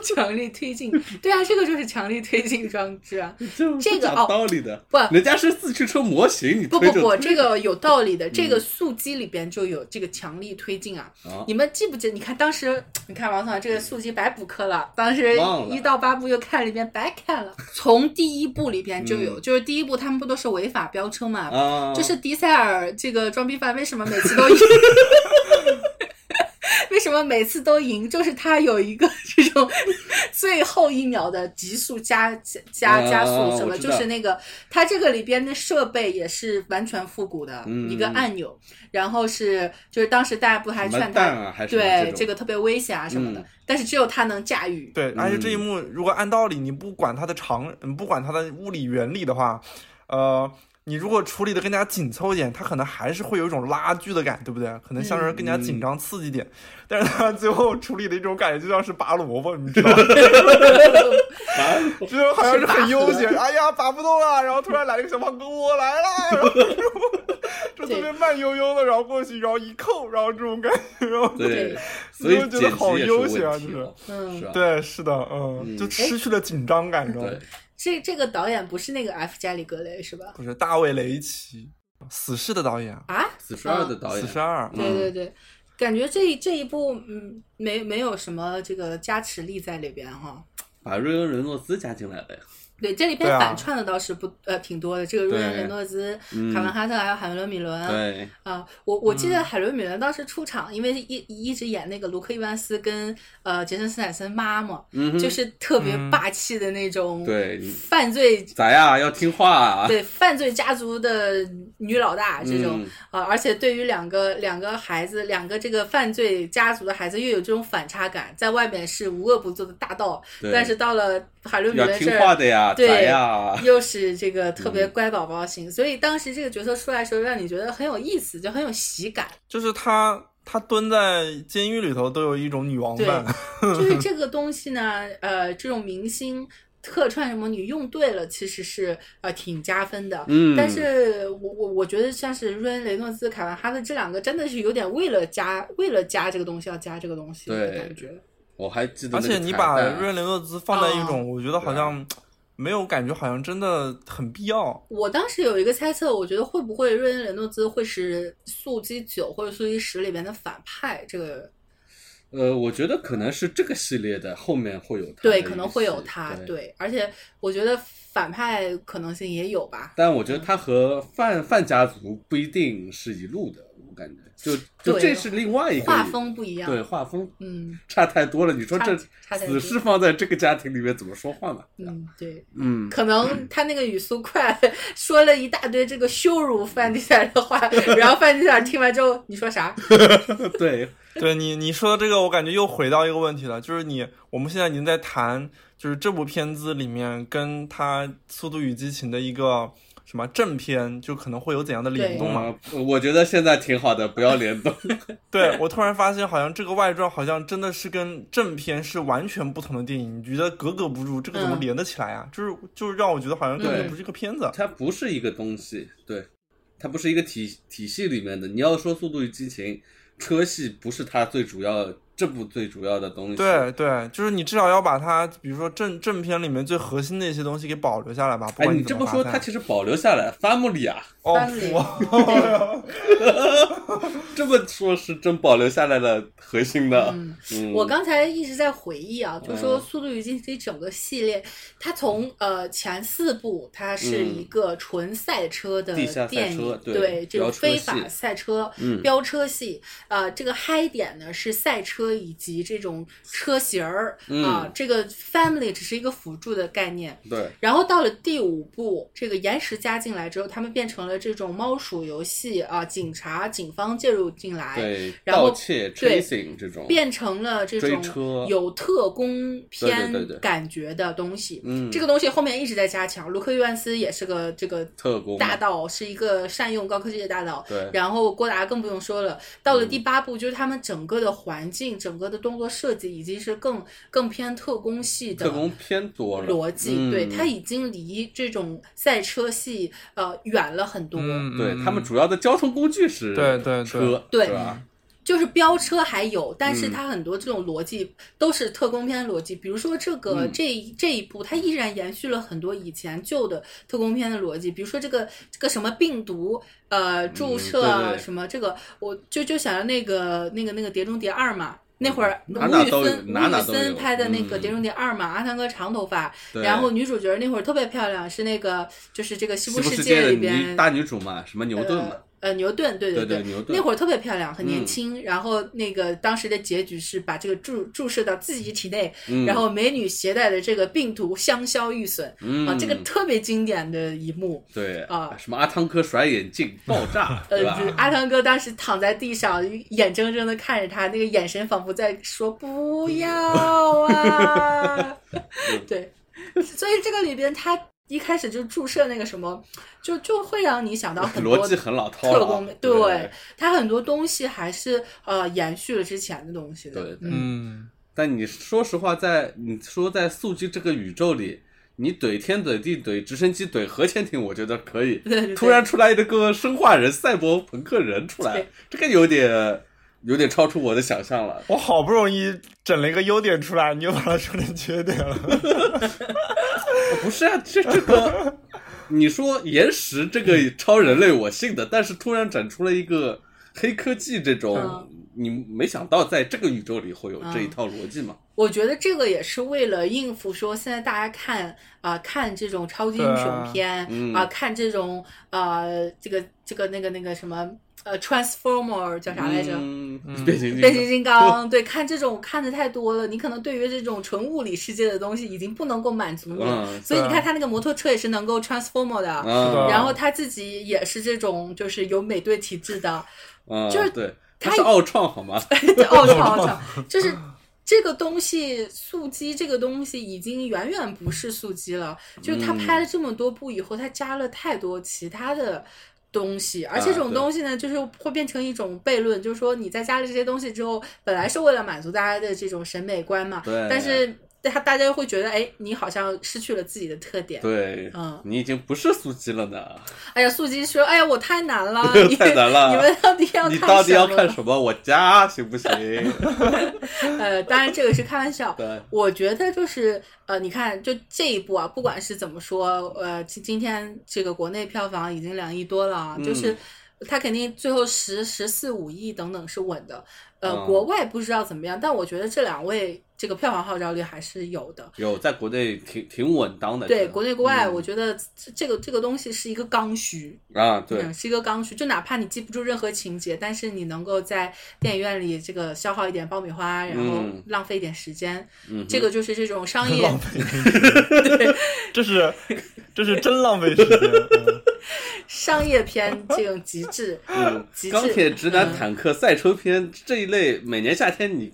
A: 强力推进，对啊，这个就是强力推进装置啊。
B: 就
A: 这
B: 不
A: 个
B: 讲
A: 哦
B: 道理的，
A: 不
B: 人家是四驱车模型，你
A: 不
B: 推
A: 不
B: 就
A: 不，
B: 推嗯
A: 这个有道理的，这个速激里边就有这个强力推进啊。
B: 啊，
A: 你们记不记？你看当时，你看王总这个速激白补课了，当时
B: 忘了
A: 一到八部又看了一遍，白看了。从第一部里边就有，
B: 嗯
A: 就是第一部他们不都是违法飙车嘛？
B: 啊，
A: 就是迪塞尔这个装逼犯为什么每次都赢？ 为什么每次都赢？就是他有一个这种最后一秒的急速加加加加
B: 啊
A: 速
B: 我
A: 什么，
B: 知
A: 就
B: 道
A: 是那个它这个里边的设备也是完全复古的
B: 嗯
A: 一个按钮，然后是就是当时大家不还
B: 什么
A: 劝
B: 蛋
A: 他
B: 啊，还是
A: 对
B: 这
A: 这个特别危险啊什么的
B: 嗯，
A: 但是只有他能驾 驭。
C: 对，而且这一
B: 嗯
C: 幕如果按道理你不管它的长，嗯不管它的物理原理的话，呃，你如果处理的更加紧凑一点，它可能还是会有一种拉锯的感，对不对？可能像是更加紧张刺激一点，但是它最后处理的一种感觉就像是拔萝卜，你知道吗？
B: 种
C: 就是好像是很悠闲，哎呀拔不动了，然后突然来了个小胖哥，我来了，然后就就特别慢悠悠的，然后过去，然后一扣，然后这种感觉，然后
B: 啊 对
A: 对，
B: 所以
C: 你就觉得
B: 剪
C: 好
B: 辑也是
C: 悠闲啊
B: 问题
C: 就是
B: 了
A: 嗯
B: 是吧？
C: 对，是的，嗯，
B: 嗯
C: 就失去了紧张感，你知道吗？
B: 对，
A: 这这个导演不是那个 F 加里格雷是吧？
C: 不是大卫雷奇，《死侍》的导演啊，
A: 啊，
B: 四十二的导演
C: 死侍二》
B: 嗯
A: 对对对，感觉这这一部嗯没没有什么这个加持力在里边哈。
B: 把瑞恩·伦诺兹加进来了呀，
A: 对，这里边
C: 对啊
A: 反串的倒是不、呃挺多的，这个瑞恩·
B: 对
A: 雷诺兹、
B: 嗯
A: 卡文哈特还有海伦·米伦啊、
B: 对，嗯
A: 我我记得海伦·米伦当时出场，因为一一直演那个卢克·伊万斯跟呃杰森·斯坦森妈妈，
B: 嗯哼，
A: 就是特别
C: 嗯
A: 霸气的那种
B: 对
A: 犯罪
B: 咱呀要听话啊，
A: 对犯罪家族的女老大这种
B: 嗯
A: 啊、而且对于两个两个孩子，两个这个犯罪家族的孩子，又有这种反差感，在外面是无恶不作的大盗，
B: 对
A: 但是到了海伦米
B: 要
A: 伦
B: 听
A: 这
B: 话
A: 儿，
B: 的嗯呀，
A: 对
B: 咱呀，
A: 又是这个特别乖 宝宝型，所以当时这个角色出来的时候，让你觉得很有意思，就很有喜感。
C: 就是他她蹲在监狱里头都有一种女王范，
A: 就是这个东西呢，呃，这种明星客串什么，你用对了，其实是呃挺加分的。
B: 嗯
A: 但是我我我觉得像是瑞恩雷诺兹、凯文哈特这两个，真的是有点为了加为了加这个东西要加这个东西的
B: 对
A: 感觉。
B: 我还嗯记得
C: 而
B: 那个
C: 且
B: 彩蛋，
C: 你把瑞恩雷诺兹放在一种，我觉得
B: 对
C: 好
B: 啊
C: 像没有感觉，好像真的很必要。
A: 我当时有一个猜测，我觉得会不会瑞恩雷诺兹会是速激九或者速激十里边的反派？这个
B: 呃，我觉得可能是这个系列的后面会有他，
A: 对，可能会有他。
B: 对，
A: 对，而且我觉得反派可能性也有吧。
B: 但我觉得他和范范家族不一定是一路的，我感觉就就
A: 对
B: 这是另外一个
A: 画风不一样。
B: 对，画风
A: 嗯
B: 差太多了。你说
A: 差
B: 这
A: 差太
B: 死
A: 多
B: 侍放在这个家庭里面怎么说话嘛？对吧
A: 嗯，对，
B: 嗯，
A: 可能他那个语速快，说了一大堆这个羞辱范迪塞尔的 话，然后范迪塞尔听完之后，你说啥？
B: 对，
C: 对你你说的这个，我感觉又回到一个问题了，就是你我们现在已经在谈，就是这部片子里面跟他《速度与激情》的一个什么正片，就可能会有怎样的联动嘛？
B: 啊，我觉得现在挺好的，不要联动。
C: 对我突然发现，好像这个外传好像真的是跟正片是完全不同的电影，你觉得格格不入，这个怎么
A: 嗯
C: 连得起来啊？就是就是让我觉得好像根本就
A: 对
C: 不是一个片子。
B: 它不是一个东西，对，它不是一个体体系里面的。你要说《速度与激情》，车系不是它最主要，这部最主要的东西。哎
C: 对对，就是你至少要把它，比如说正正片里面最核心的一些东西给保留下来吧。不
B: 哎，
C: 管
B: 你
C: 怎
B: 这
C: 么
B: 么
C: 发
B: 说，
C: 散
B: 它其实保留下来，family 啊，
C: 哦
A: 翻脸
C: 哇
B: 这么说是真保留下来了核心的。
A: 嗯
B: 嗯
A: 我刚才一直在回忆啊，就说《
B: 嗯
A: 速度与激情》整个系列，它从呃前四部，它是一个纯赛车的
B: 地下赛
A: 电
B: 车
A: 影，
B: 对
A: 这种
B: 飙车
A: 非法
B: 系
A: 赛车、
B: 嗯
A: 飙车系，呃，这个嗨点呢是赛车以及这种车型儿啊、
B: 嗯
A: 这个 family 只是一个辅助的概念。
B: 对，
A: 然后到了第五部，这个岩石加进来之后，他们变成了这种猫鼠游戏啊、警察、警方介入进来，
B: 对，
A: 哎然后
B: 盗窃、
A: 对
B: tracing 这种，
A: 变成了这
B: 追车
A: 种有特工片
B: 对对对对
A: 感觉的东西。
B: 嗯
A: 这个东西后面一直在加强。卢克·约翰斯也是个这个
B: 特工嘛
A: 大盗，是一个善用高科技的大盗。
B: 对嗯
A: 然后郭达更不用说了。到了第八部，就是他们整个的环境、整个的动作设计，已经是更更偏特工系的
B: 特工偏多了
A: 逻辑。对，
B: 嗯
A: 它已经离这种赛车系呃远了很多。
C: 嗯，
B: 对
C: 嗯
B: 他们主要的交通工具是
C: 对对对
B: 车，
A: 对
B: 是吧？
A: 就是飙车还有，但是
B: 嗯
A: 它很多这种逻辑都是特工片逻辑，比如说这个、
B: 嗯
A: 这一这一部，它依然延续了很多以前旧的特工片的逻辑，比如说这个这个什么病毒呃注射
B: 嗯对
A: 啊
B: 对
A: 什么这个，我就就想到那个那个那个《碟中谍二》嘛。那会儿吴
B: 嗯哪哪
A: 宇
B: 都有
A: 森，
B: 哪
A: 吴
B: 哪
A: 宇
B: 都有
A: 森拍的那个《
B: 嗯
A: 碟中谍二》嘛，阿汤哥长头发，
B: 对
A: 然后女主角那会儿特别漂亮，是那个就是这个《西
B: 西部
A: 世
B: 界的
A: 里
B: 女
A: 边
B: 大女主嘛，什么牛顿嘛
A: 呃，呃牛顿，对
B: 对
A: 对
B: 牛顿嗯
A: 那会儿特别漂亮，很年轻。然后那个当时的结局是把这个注注射到自己体内，
B: 嗯
A: 然后啊美女携带的这个病毒香消玉损、
B: 嗯
A: 啊，这个特别经典的一幕。
B: 对
A: 啊
B: 什么阿汤哥甩眼镜爆炸，
A: 呃
B: 对，吧
A: 就是？阿汤哥当时躺在地上，眼睁睁的看着他，那个眼神仿佛在说“不
B: 嗯
A: 要 啊”，对，所以这个里边他一开始就注射那个什么，就就会让你想到很多
B: 逻辑很老套
A: 特
B: 了
A: 工
B: 啊，
A: 的，
B: 对
A: 对，它很多东西还是呃延续了之前的东西的。
B: 对对
A: 嗯，
C: 嗯，
B: 但你说实话，在你说在速激这个宇宙里，你怼天怼地怼直升机怼核潜艇，我觉得可以。
A: 对对对
B: 突然出来一个生化人、赛博朋克人出来
A: 对，
B: 这个有点有点超出我的想象了。
C: 我好不容易整了一个优点出来，你又把它说成缺点了。
B: 不是啊，这这个，你说岩石这个超人类我信的，但是突然展出了一个黑科技这种，
A: 嗯
B: 你没想到在这个宇宙里会有这一套逻辑嘛？
A: 我觉得这个也是为了应付说现在大家看啊、看这种超级英雄片啊、
B: 嗯
A: 看这种呃这个这个那个那个什么呃 Transformer 叫啥来着？
B: 嗯，变形金
A: 变
B: 刚
A: 形金刚，对，看这种看的太多了，你可能对于这种纯物理世界的东西已经不能够满足你，
B: 嗯
A: 所以你
C: 对啊
A: 看他那个摩托车也是能够 transformer 的，
B: 啊，
A: 然后他自己也是这种就是有美队体质的，
B: 嗯，
A: 就是
B: 对，
A: 他
B: 它是奥创 好吗？
A: 哦，操操，就是这个东西速激这个东西已经远远不是速激了，就是他
B: 嗯
A: 拍了这么多部以后，他加了太多其他的。东西，而且这
B: 啊
A: 种
B: 对
A: 东西呢，就是会变成一种悖论，就是说你在加了这些东西之后，本来是为了满足大家的这种审美观嘛，
B: 对
A: 但是他大家又会觉得，哎，你好像失去了自己的特点。
B: 对，
A: 嗯
B: 你已经不是素鸡了呢，，
A: 哎呀，素鸡说，哎呀，我太难了
B: 太难了
A: 你们到底要
B: 你
A: 看
B: 到底要
A: 什么
B: 看什么？我家行不行？
A: 呃，当然这个是开玩笑。
B: 对，
A: 我觉得就是呃，你看，就这一部啊，不管是怎么说，呃，今今天这个国内票房已经两亿多了啊，
B: 嗯
A: 就是它肯定最后十十四五亿等等是稳的。呃，
B: 嗯
A: 国外不知道怎么样，但我觉得这两位这个票房号召力还是有的。
B: 有在国内挺挺稳当的，
A: 对，国内国外，
B: 嗯
A: 我觉得这这个这个东西是一个刚需，
B: 啊，对
A: 嗯，，是一个刚需。就哪怕你记不住任何情节，但是你能够在电影院里这个消耗一点爆米花，然后
B: 嗯
A: 浪费一点时间，
B: 嗯
A: 这
B: 哼
A: 个就是这种 商业
C: 浪费时间，这是这是真浪费时间。嗯
A: 商业片这种极致，
B: 嗯
A: 极致
B: 钢铁直男、
A: 嗯
B: 坦克、赛车片这一类，每年夏天你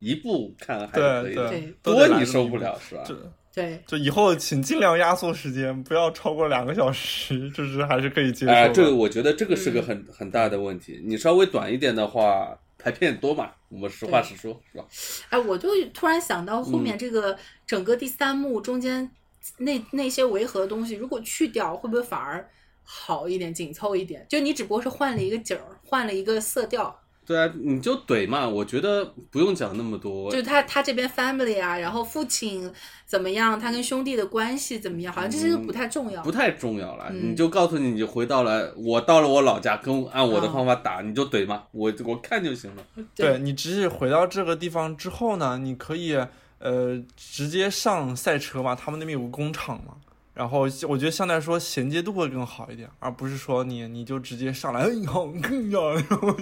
B: 一部看还哎可以
C: 对
B: 的，
A: 对
C: 都
B: 多
C: 得
B: 你
C: 来这么
B: 受
C: 一
B: 不
C: 部
B: 了是吧？
C: 这
A: 对
C: 就以后请尽量压缩时间，不要超过两个小时，就是还是可以接受的。
B: 哎，这个我觉得这个是
A: 嗯
B: 个很很大的问题。你稍微短一点的话，排片多嘛，我们实话实说，是吧？
A: 哎，我就突然想到后
B: 嗯
A: 面这个整个第三幕中间那那些违和的东西，如果去掉，会不会反而好一点、紧凑一点？就你只不过是换了一个景儿，换了一个色调，
B: 对啊，你就怼嘛，我觉得不用讲那么多
A: 就。是他他这边 family 啊，然后父亲怎么样，他跟兄弟的关系怎么样，好像这些都不太重要。
B: 嗯不太重要了，
A: 嗯
B: 你就告诉你，你回到了我到了我老家，跟按我的
A: 啊
B: 方法打，你就怼嘛，我我看就行了。
C: 对你只是回到这个地方之后呢，你可以呃直接上赛车嘛，他们那边有个工厂嘛。然后我觉得相对来说衔接度会更好一点，而不是说你你就直接上来，哎你好，更要，然后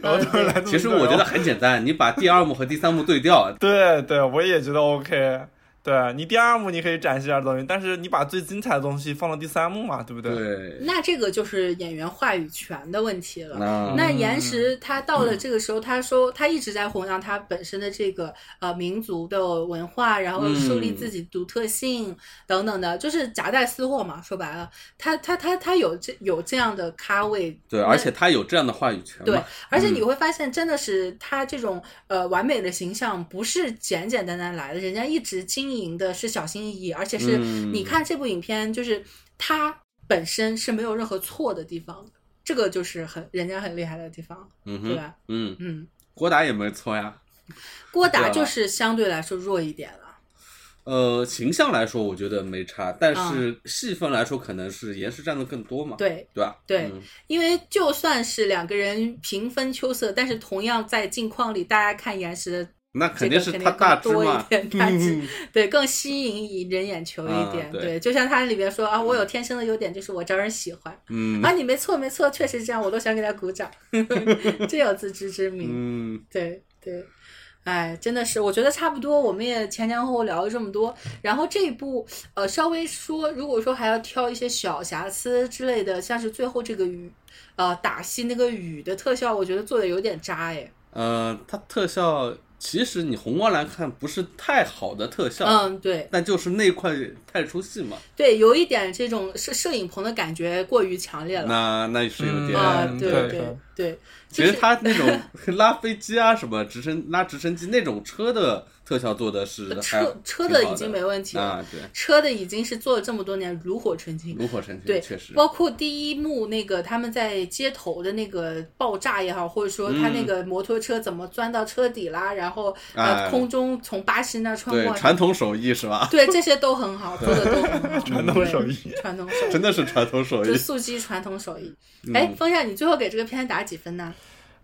C: 然后就是来这么一段。
B: 其实我觉
C: 然
B: 得
C: 后
B: 很简单，你把第二幕和第三幕对调，啊
C: 对对，我也觉得 OK。对你第二幕你可以展示一下东西，但是你把最精彩的东西放到第三幕嘛，对不对？
B: 对，
A: 那这个就是演员话语权的问题了。
B: 那
A: 那岩石他到了这个时候，他说他一直在弘扬他本身的这个呃民族的文化，然后树立
B: 嗯
A: 自己独特性等等的，就是夹带私货嘛。说白了，他他他他有这有这样的咖位，
B: 对，而且嗯他有这样的话语权
A: 对
B: 嘛，，
A: 而且你会发现，真的是他这种呃完美的形象，不是简简单单来的，人家一直经营的是小心翼翼，而且是
B: 嗯
A: 你看这部影片，就是他本身是没有任何错的地方的，这个就是很人家很厉害的地方，
B: 嗯
A: 对
B: 哼，
A: 吧？
B: 嗯，
A: 嗯，
B: 郭达也没错呀，
A: 郭达
B: 对啊
A: 就是相对来说弱一点了。
B: 呃，形象来说我觉得没差，但是戏份来说可能是岩石占的更多嘛，
A: 嗯对
B: 对吧？
A: 对
B: 嗯
A: 因为就算是两个人平分秋色，但是同样在镜框里，大家看岩石的
B: 那肯定是
A: 这个
B: 他大
A: 肯
B: 只
A: 定更多
B: 嘛
A: 一， 点，大致
B: 嗯
A: 对更吸引人眼球一点。
B: 啊对
A: 对，就像他里边说啊，我有天生的优点，就是我招人喜欢。
B: 嗯
A: 啊，你没错没错，确实这样，我都想给他鼓掌， 真有自知之明。
B: 嗯，
A: 对对，哎，真的是，我觉得差不多，我们也前前后后聊了这么多，然后这一部呃，稍微说，如果说还要挑一些小瑕疵之类的，像是最后这个雨，呃，打戏那个雨的特效，我觉得做的有点渣哎。
B: 呃，他特效其实你宏观来看不是太好的特效，
A: 嗯，对
B: 但就是那块太出戏嘛，
A: 对，有一点这种摄摄影棚的感觉过于强烈了。
B: 那那是有点。
A: 啊，
C: 嗯
A: 对
C: 对
A: 对
C: 对
A: 对，
B: 其
A: 就
B: 实
A: 是
B: 他那种 拉飞机啊，什么直升拉直升机那种车的特效做的是还
A: 呃车车
B: 挺
A: 的
B: 好
A: 已经没问题了，
B: 啊，对，
A: 车的已经是做了这么多年炉火纯青，
B: 炉火纯青，
A: 对，
B: 确实，
A: 包括第一幕那个他们在街头的那个爆炸也好，或者说他那个摩托车怎么钻到车底啦，然后呃
B: 哎
A: 空中从巴士那穿
B: 对
A: 过，
B: 传统手艺是吧？
A: 对这些都很好，做的都 很好，
C: 传统手艺
A: 对，传统手艺
B: 真。的是传统手
A: 就
B: 艺。
A: 速激传统手艺，
B: 嗯
A: 哎，风扇，你最后给这个片打几分呢？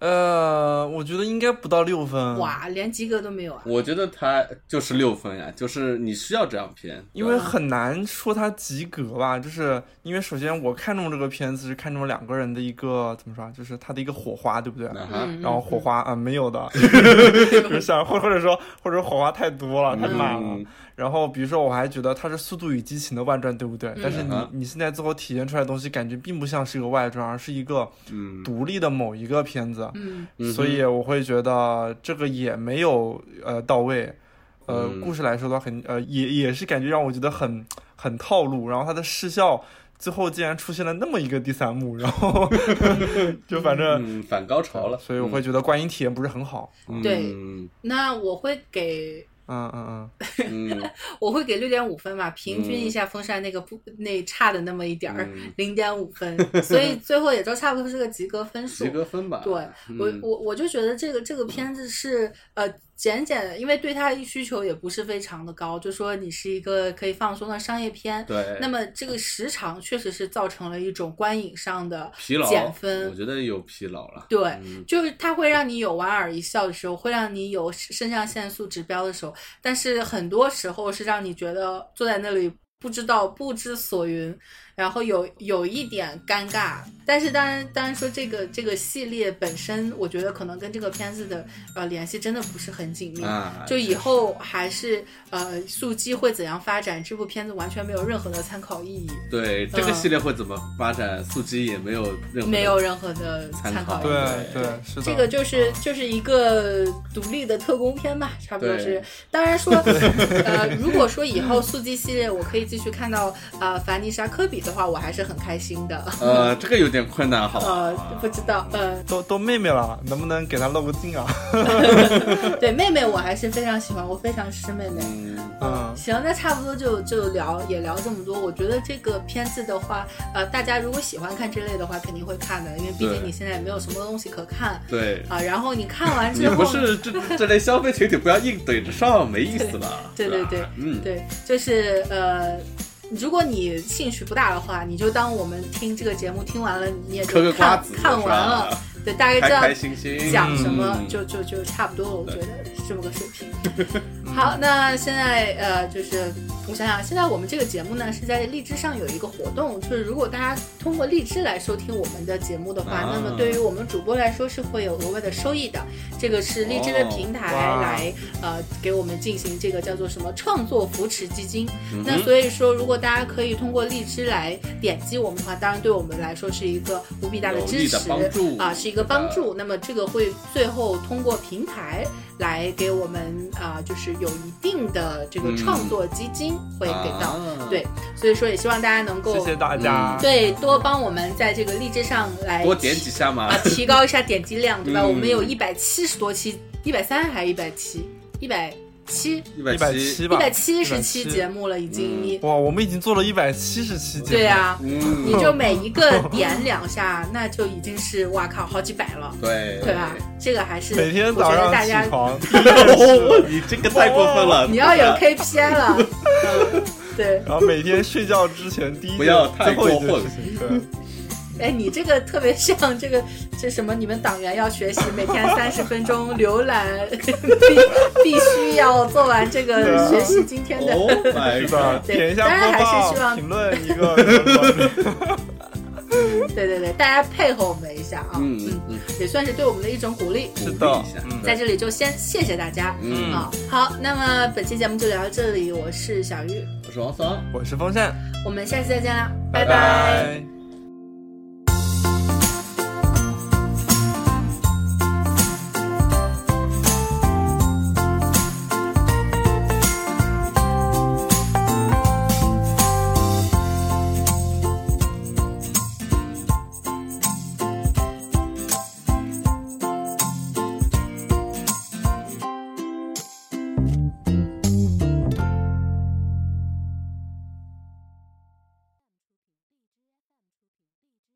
C: 呃，我觉得应该不到六分。
B: 嗯
A: 哇，连及格都没有啊！
B: 我觉得他就是六分呀，就是你需要这样偏，
C: 因为很难说它及格吧，就是因为首先我看中这个片子是看中两个人的一个怎么说啊，就是它的一个火花，对不
A: 嗯
C: 对？
B: 啊哈，
C: 然后火花啊、没有 的，就是像 或或者说或者火花太多了，太满了。
B: 嗯
C: 然后比如说我还觉得它是《速度与激情》的外传，对不对？但是你
B: 嗯
C: 你现在最后体现出来的东西，感觉并不像是一个外传，而是一个
B: 嗯
C: 独立的某一个片子。
A: 嗯，
C: 所以我会觉得这个也没有呃到位。呃，
B: 嗯
C: 故事来说的话很呃也也是感觉让我觉得很很套路，然后它的视效最后竟然出现了那么一个第三幕， 然后就反正，
B: 嗯，反高潮了，
C: 所以我会觉得观影体验不是很好。
B: 嗯
A: 对
B: 嗯
A: 那我会给
C: 嗯嗯
B: 嗯，
A: 我会给六点五分吧，平均一下风扇那个不、那差的那么一点儿
B: 嗯，
A: 零点五分，所以最后也就差不多是个及格分数。
B: 及格分吧。
A: 对我
B: 嗯
A: 我我就觉得这个这个片子是呃简简，因为对它需求也不是非常的高，就说你是一个可以放松的商业片。
B: 对，
A: 那么这个时长确实是造成了一种观影上的
B: 疲劳
A: 减
B: 我
A: 分，
B: 觉得有疲劳了。
A: 对，
B: 嗯
A: 就是它会让你有莞尔一笑的时候，会让你有肾上腺素指标的时候，但是很多时候是让你觉得坐在那里不知道不知所云，然后有有一点尴尬。但是当然，当然说这个这个系列本身，我觉得可能跟这个片子的呃联系真的不是很紧密。
B: 啊，
A: 就以后还是呃，速激会怎样发展？这部片子完全没有任何的参考意义，
B: 对这个
A: 嗯
B: 系列会怎么发展，素鸡也没有任何
A: 没有任何的参
B: 参考
A: 考意
C: 嗯，
A: 义。
C: 对对，是的。
A: 这个就是就是一个独立的特工片吧，差不多
B: 对
A: 是。当然说，呃，如果说以后速激系列我可以继续看到呃凡妮莎科比的话，我还是很开心的。
B: 呃，这个有点困难哈。
A: 呃，不知道，呃，
C: 都都妹妹了，能不能给她露个镜啊？
A: 对妹妹我还是非常喜欢，我非常吃妹妹。
B: 嗯，
C: 嗯，
A: 行，那差不多就就聊也聊这么多。我觉得这个片子的话，呃，大家如果喜欢看这类的话，肯定会看的，因为毕
B: 对
A: 竟你现在也没有什么东西可看
B: 对，
A: 啊、然后你看完
B: 你
A: 之
B: 不
A: 后，
B: 是这这类消费群体，不要硬怼着上，没意思了。
A: 对对
B: 是吧
A: 对，
B: 嗯，
A: 对，就是呃，如果你兴趣不大的话，你就当我们听这个节目听完了，你也
B: 嗑
A: 就
B: 个瓜
A: 看
B: 子
A: 看完了，，对，大
B: 是
A: 概
B: 吧开
A: 知道
B: 开心心
A: 讲什么，
B: 嗯
A: 就就就差不多了，我觉得是这么个水平。 好，那现在呃，就是我想想，现在我们这个节目呢是在荔枝上有一个活动，就是如果大家通过荔枝来收听我们的节目的话，
B: 啊
A: 那么对于我们主播来说是会有额外的收益的。这个是荔枝的
B: 哦
A: 平台
C: 哇
A: 来、呃给我们进行这个叫做什么创作扶持基金。
B: 嗯
A: 那
B: 哼
A: 所以说，如果大家可以通过荔枝来点击我们的话，当然对我们来说是一个无比大的
B: 有
A: 支
B: 力
A: 持
B: 的帮助
A: 啊，是一个帮助。那么这个会最后通过平台来给我们啊、就是有一定的这个
B: 嗯
A: 创作基金会给到。嗯
B: 啊
A: 对所以说，也希望大家能够
C: 谢谢大家。
A: 对多帮我们在这个荔枝上来
B: 多点几下嘛
A: 啊，，提高一下点击量，对吧？
B: 嗯
A: 我们有一百七十多期，一百三还是一百七，一百七。
B: 一
C: 一百
B: 七，
C: 七
A: 一
C: 吧，
A: 百七十期
C: 170
A: 节目了，已经
B: 嗯
A: 你
C: 哇，我们已经做了一百七十期节目，
A: 对啊呀、
B: 嗯
A: 你，就每一个点两下，那就已经是哇靠，好几百了，
B: 对
A: 对啊吧？这个还是
C: 每天
A: 我觉
C: 早
A: 得
C: 上
A: 大家
C: 起床，
B: 哦， 你这个太过分了！
A: 你要有 KPI 了，嗯对。
C: 然后每天睡觉之前第一件
B: 不要太
C: 最后一件
B: 过分
C: 事情，对，
A: 哎，你这个特别像这个这什么？你们党员要学习每天三十分钟浏览，必必须要做完这
C: 对
A: 个
C: 啊
A: 学习今天的。
B: Oh
C: 是
B: my
C: 吧？
B: god！
A: 对
C: 点一下
A: 当然
C: 播
A: 还是希
C: 报，
A: 望
C: 评论一个，
A: 对对对，大家配合我们一下啊，
B: 嗯
A: 嗯，
B: 嗯，
A: 也算是对我们的一种鼓励。
B: 鼓
C: 是
B: 励
C: 的
B: 一下，
C: 嗯
A: 在这里就先谢谢大家。
B: 嗯，
A: 啊、好，那么本期节目就聊到这里，我是小玉，
B: 我是王桑。
C: 我是风扇，
A: 我们下期再见啦，拜
C: 拜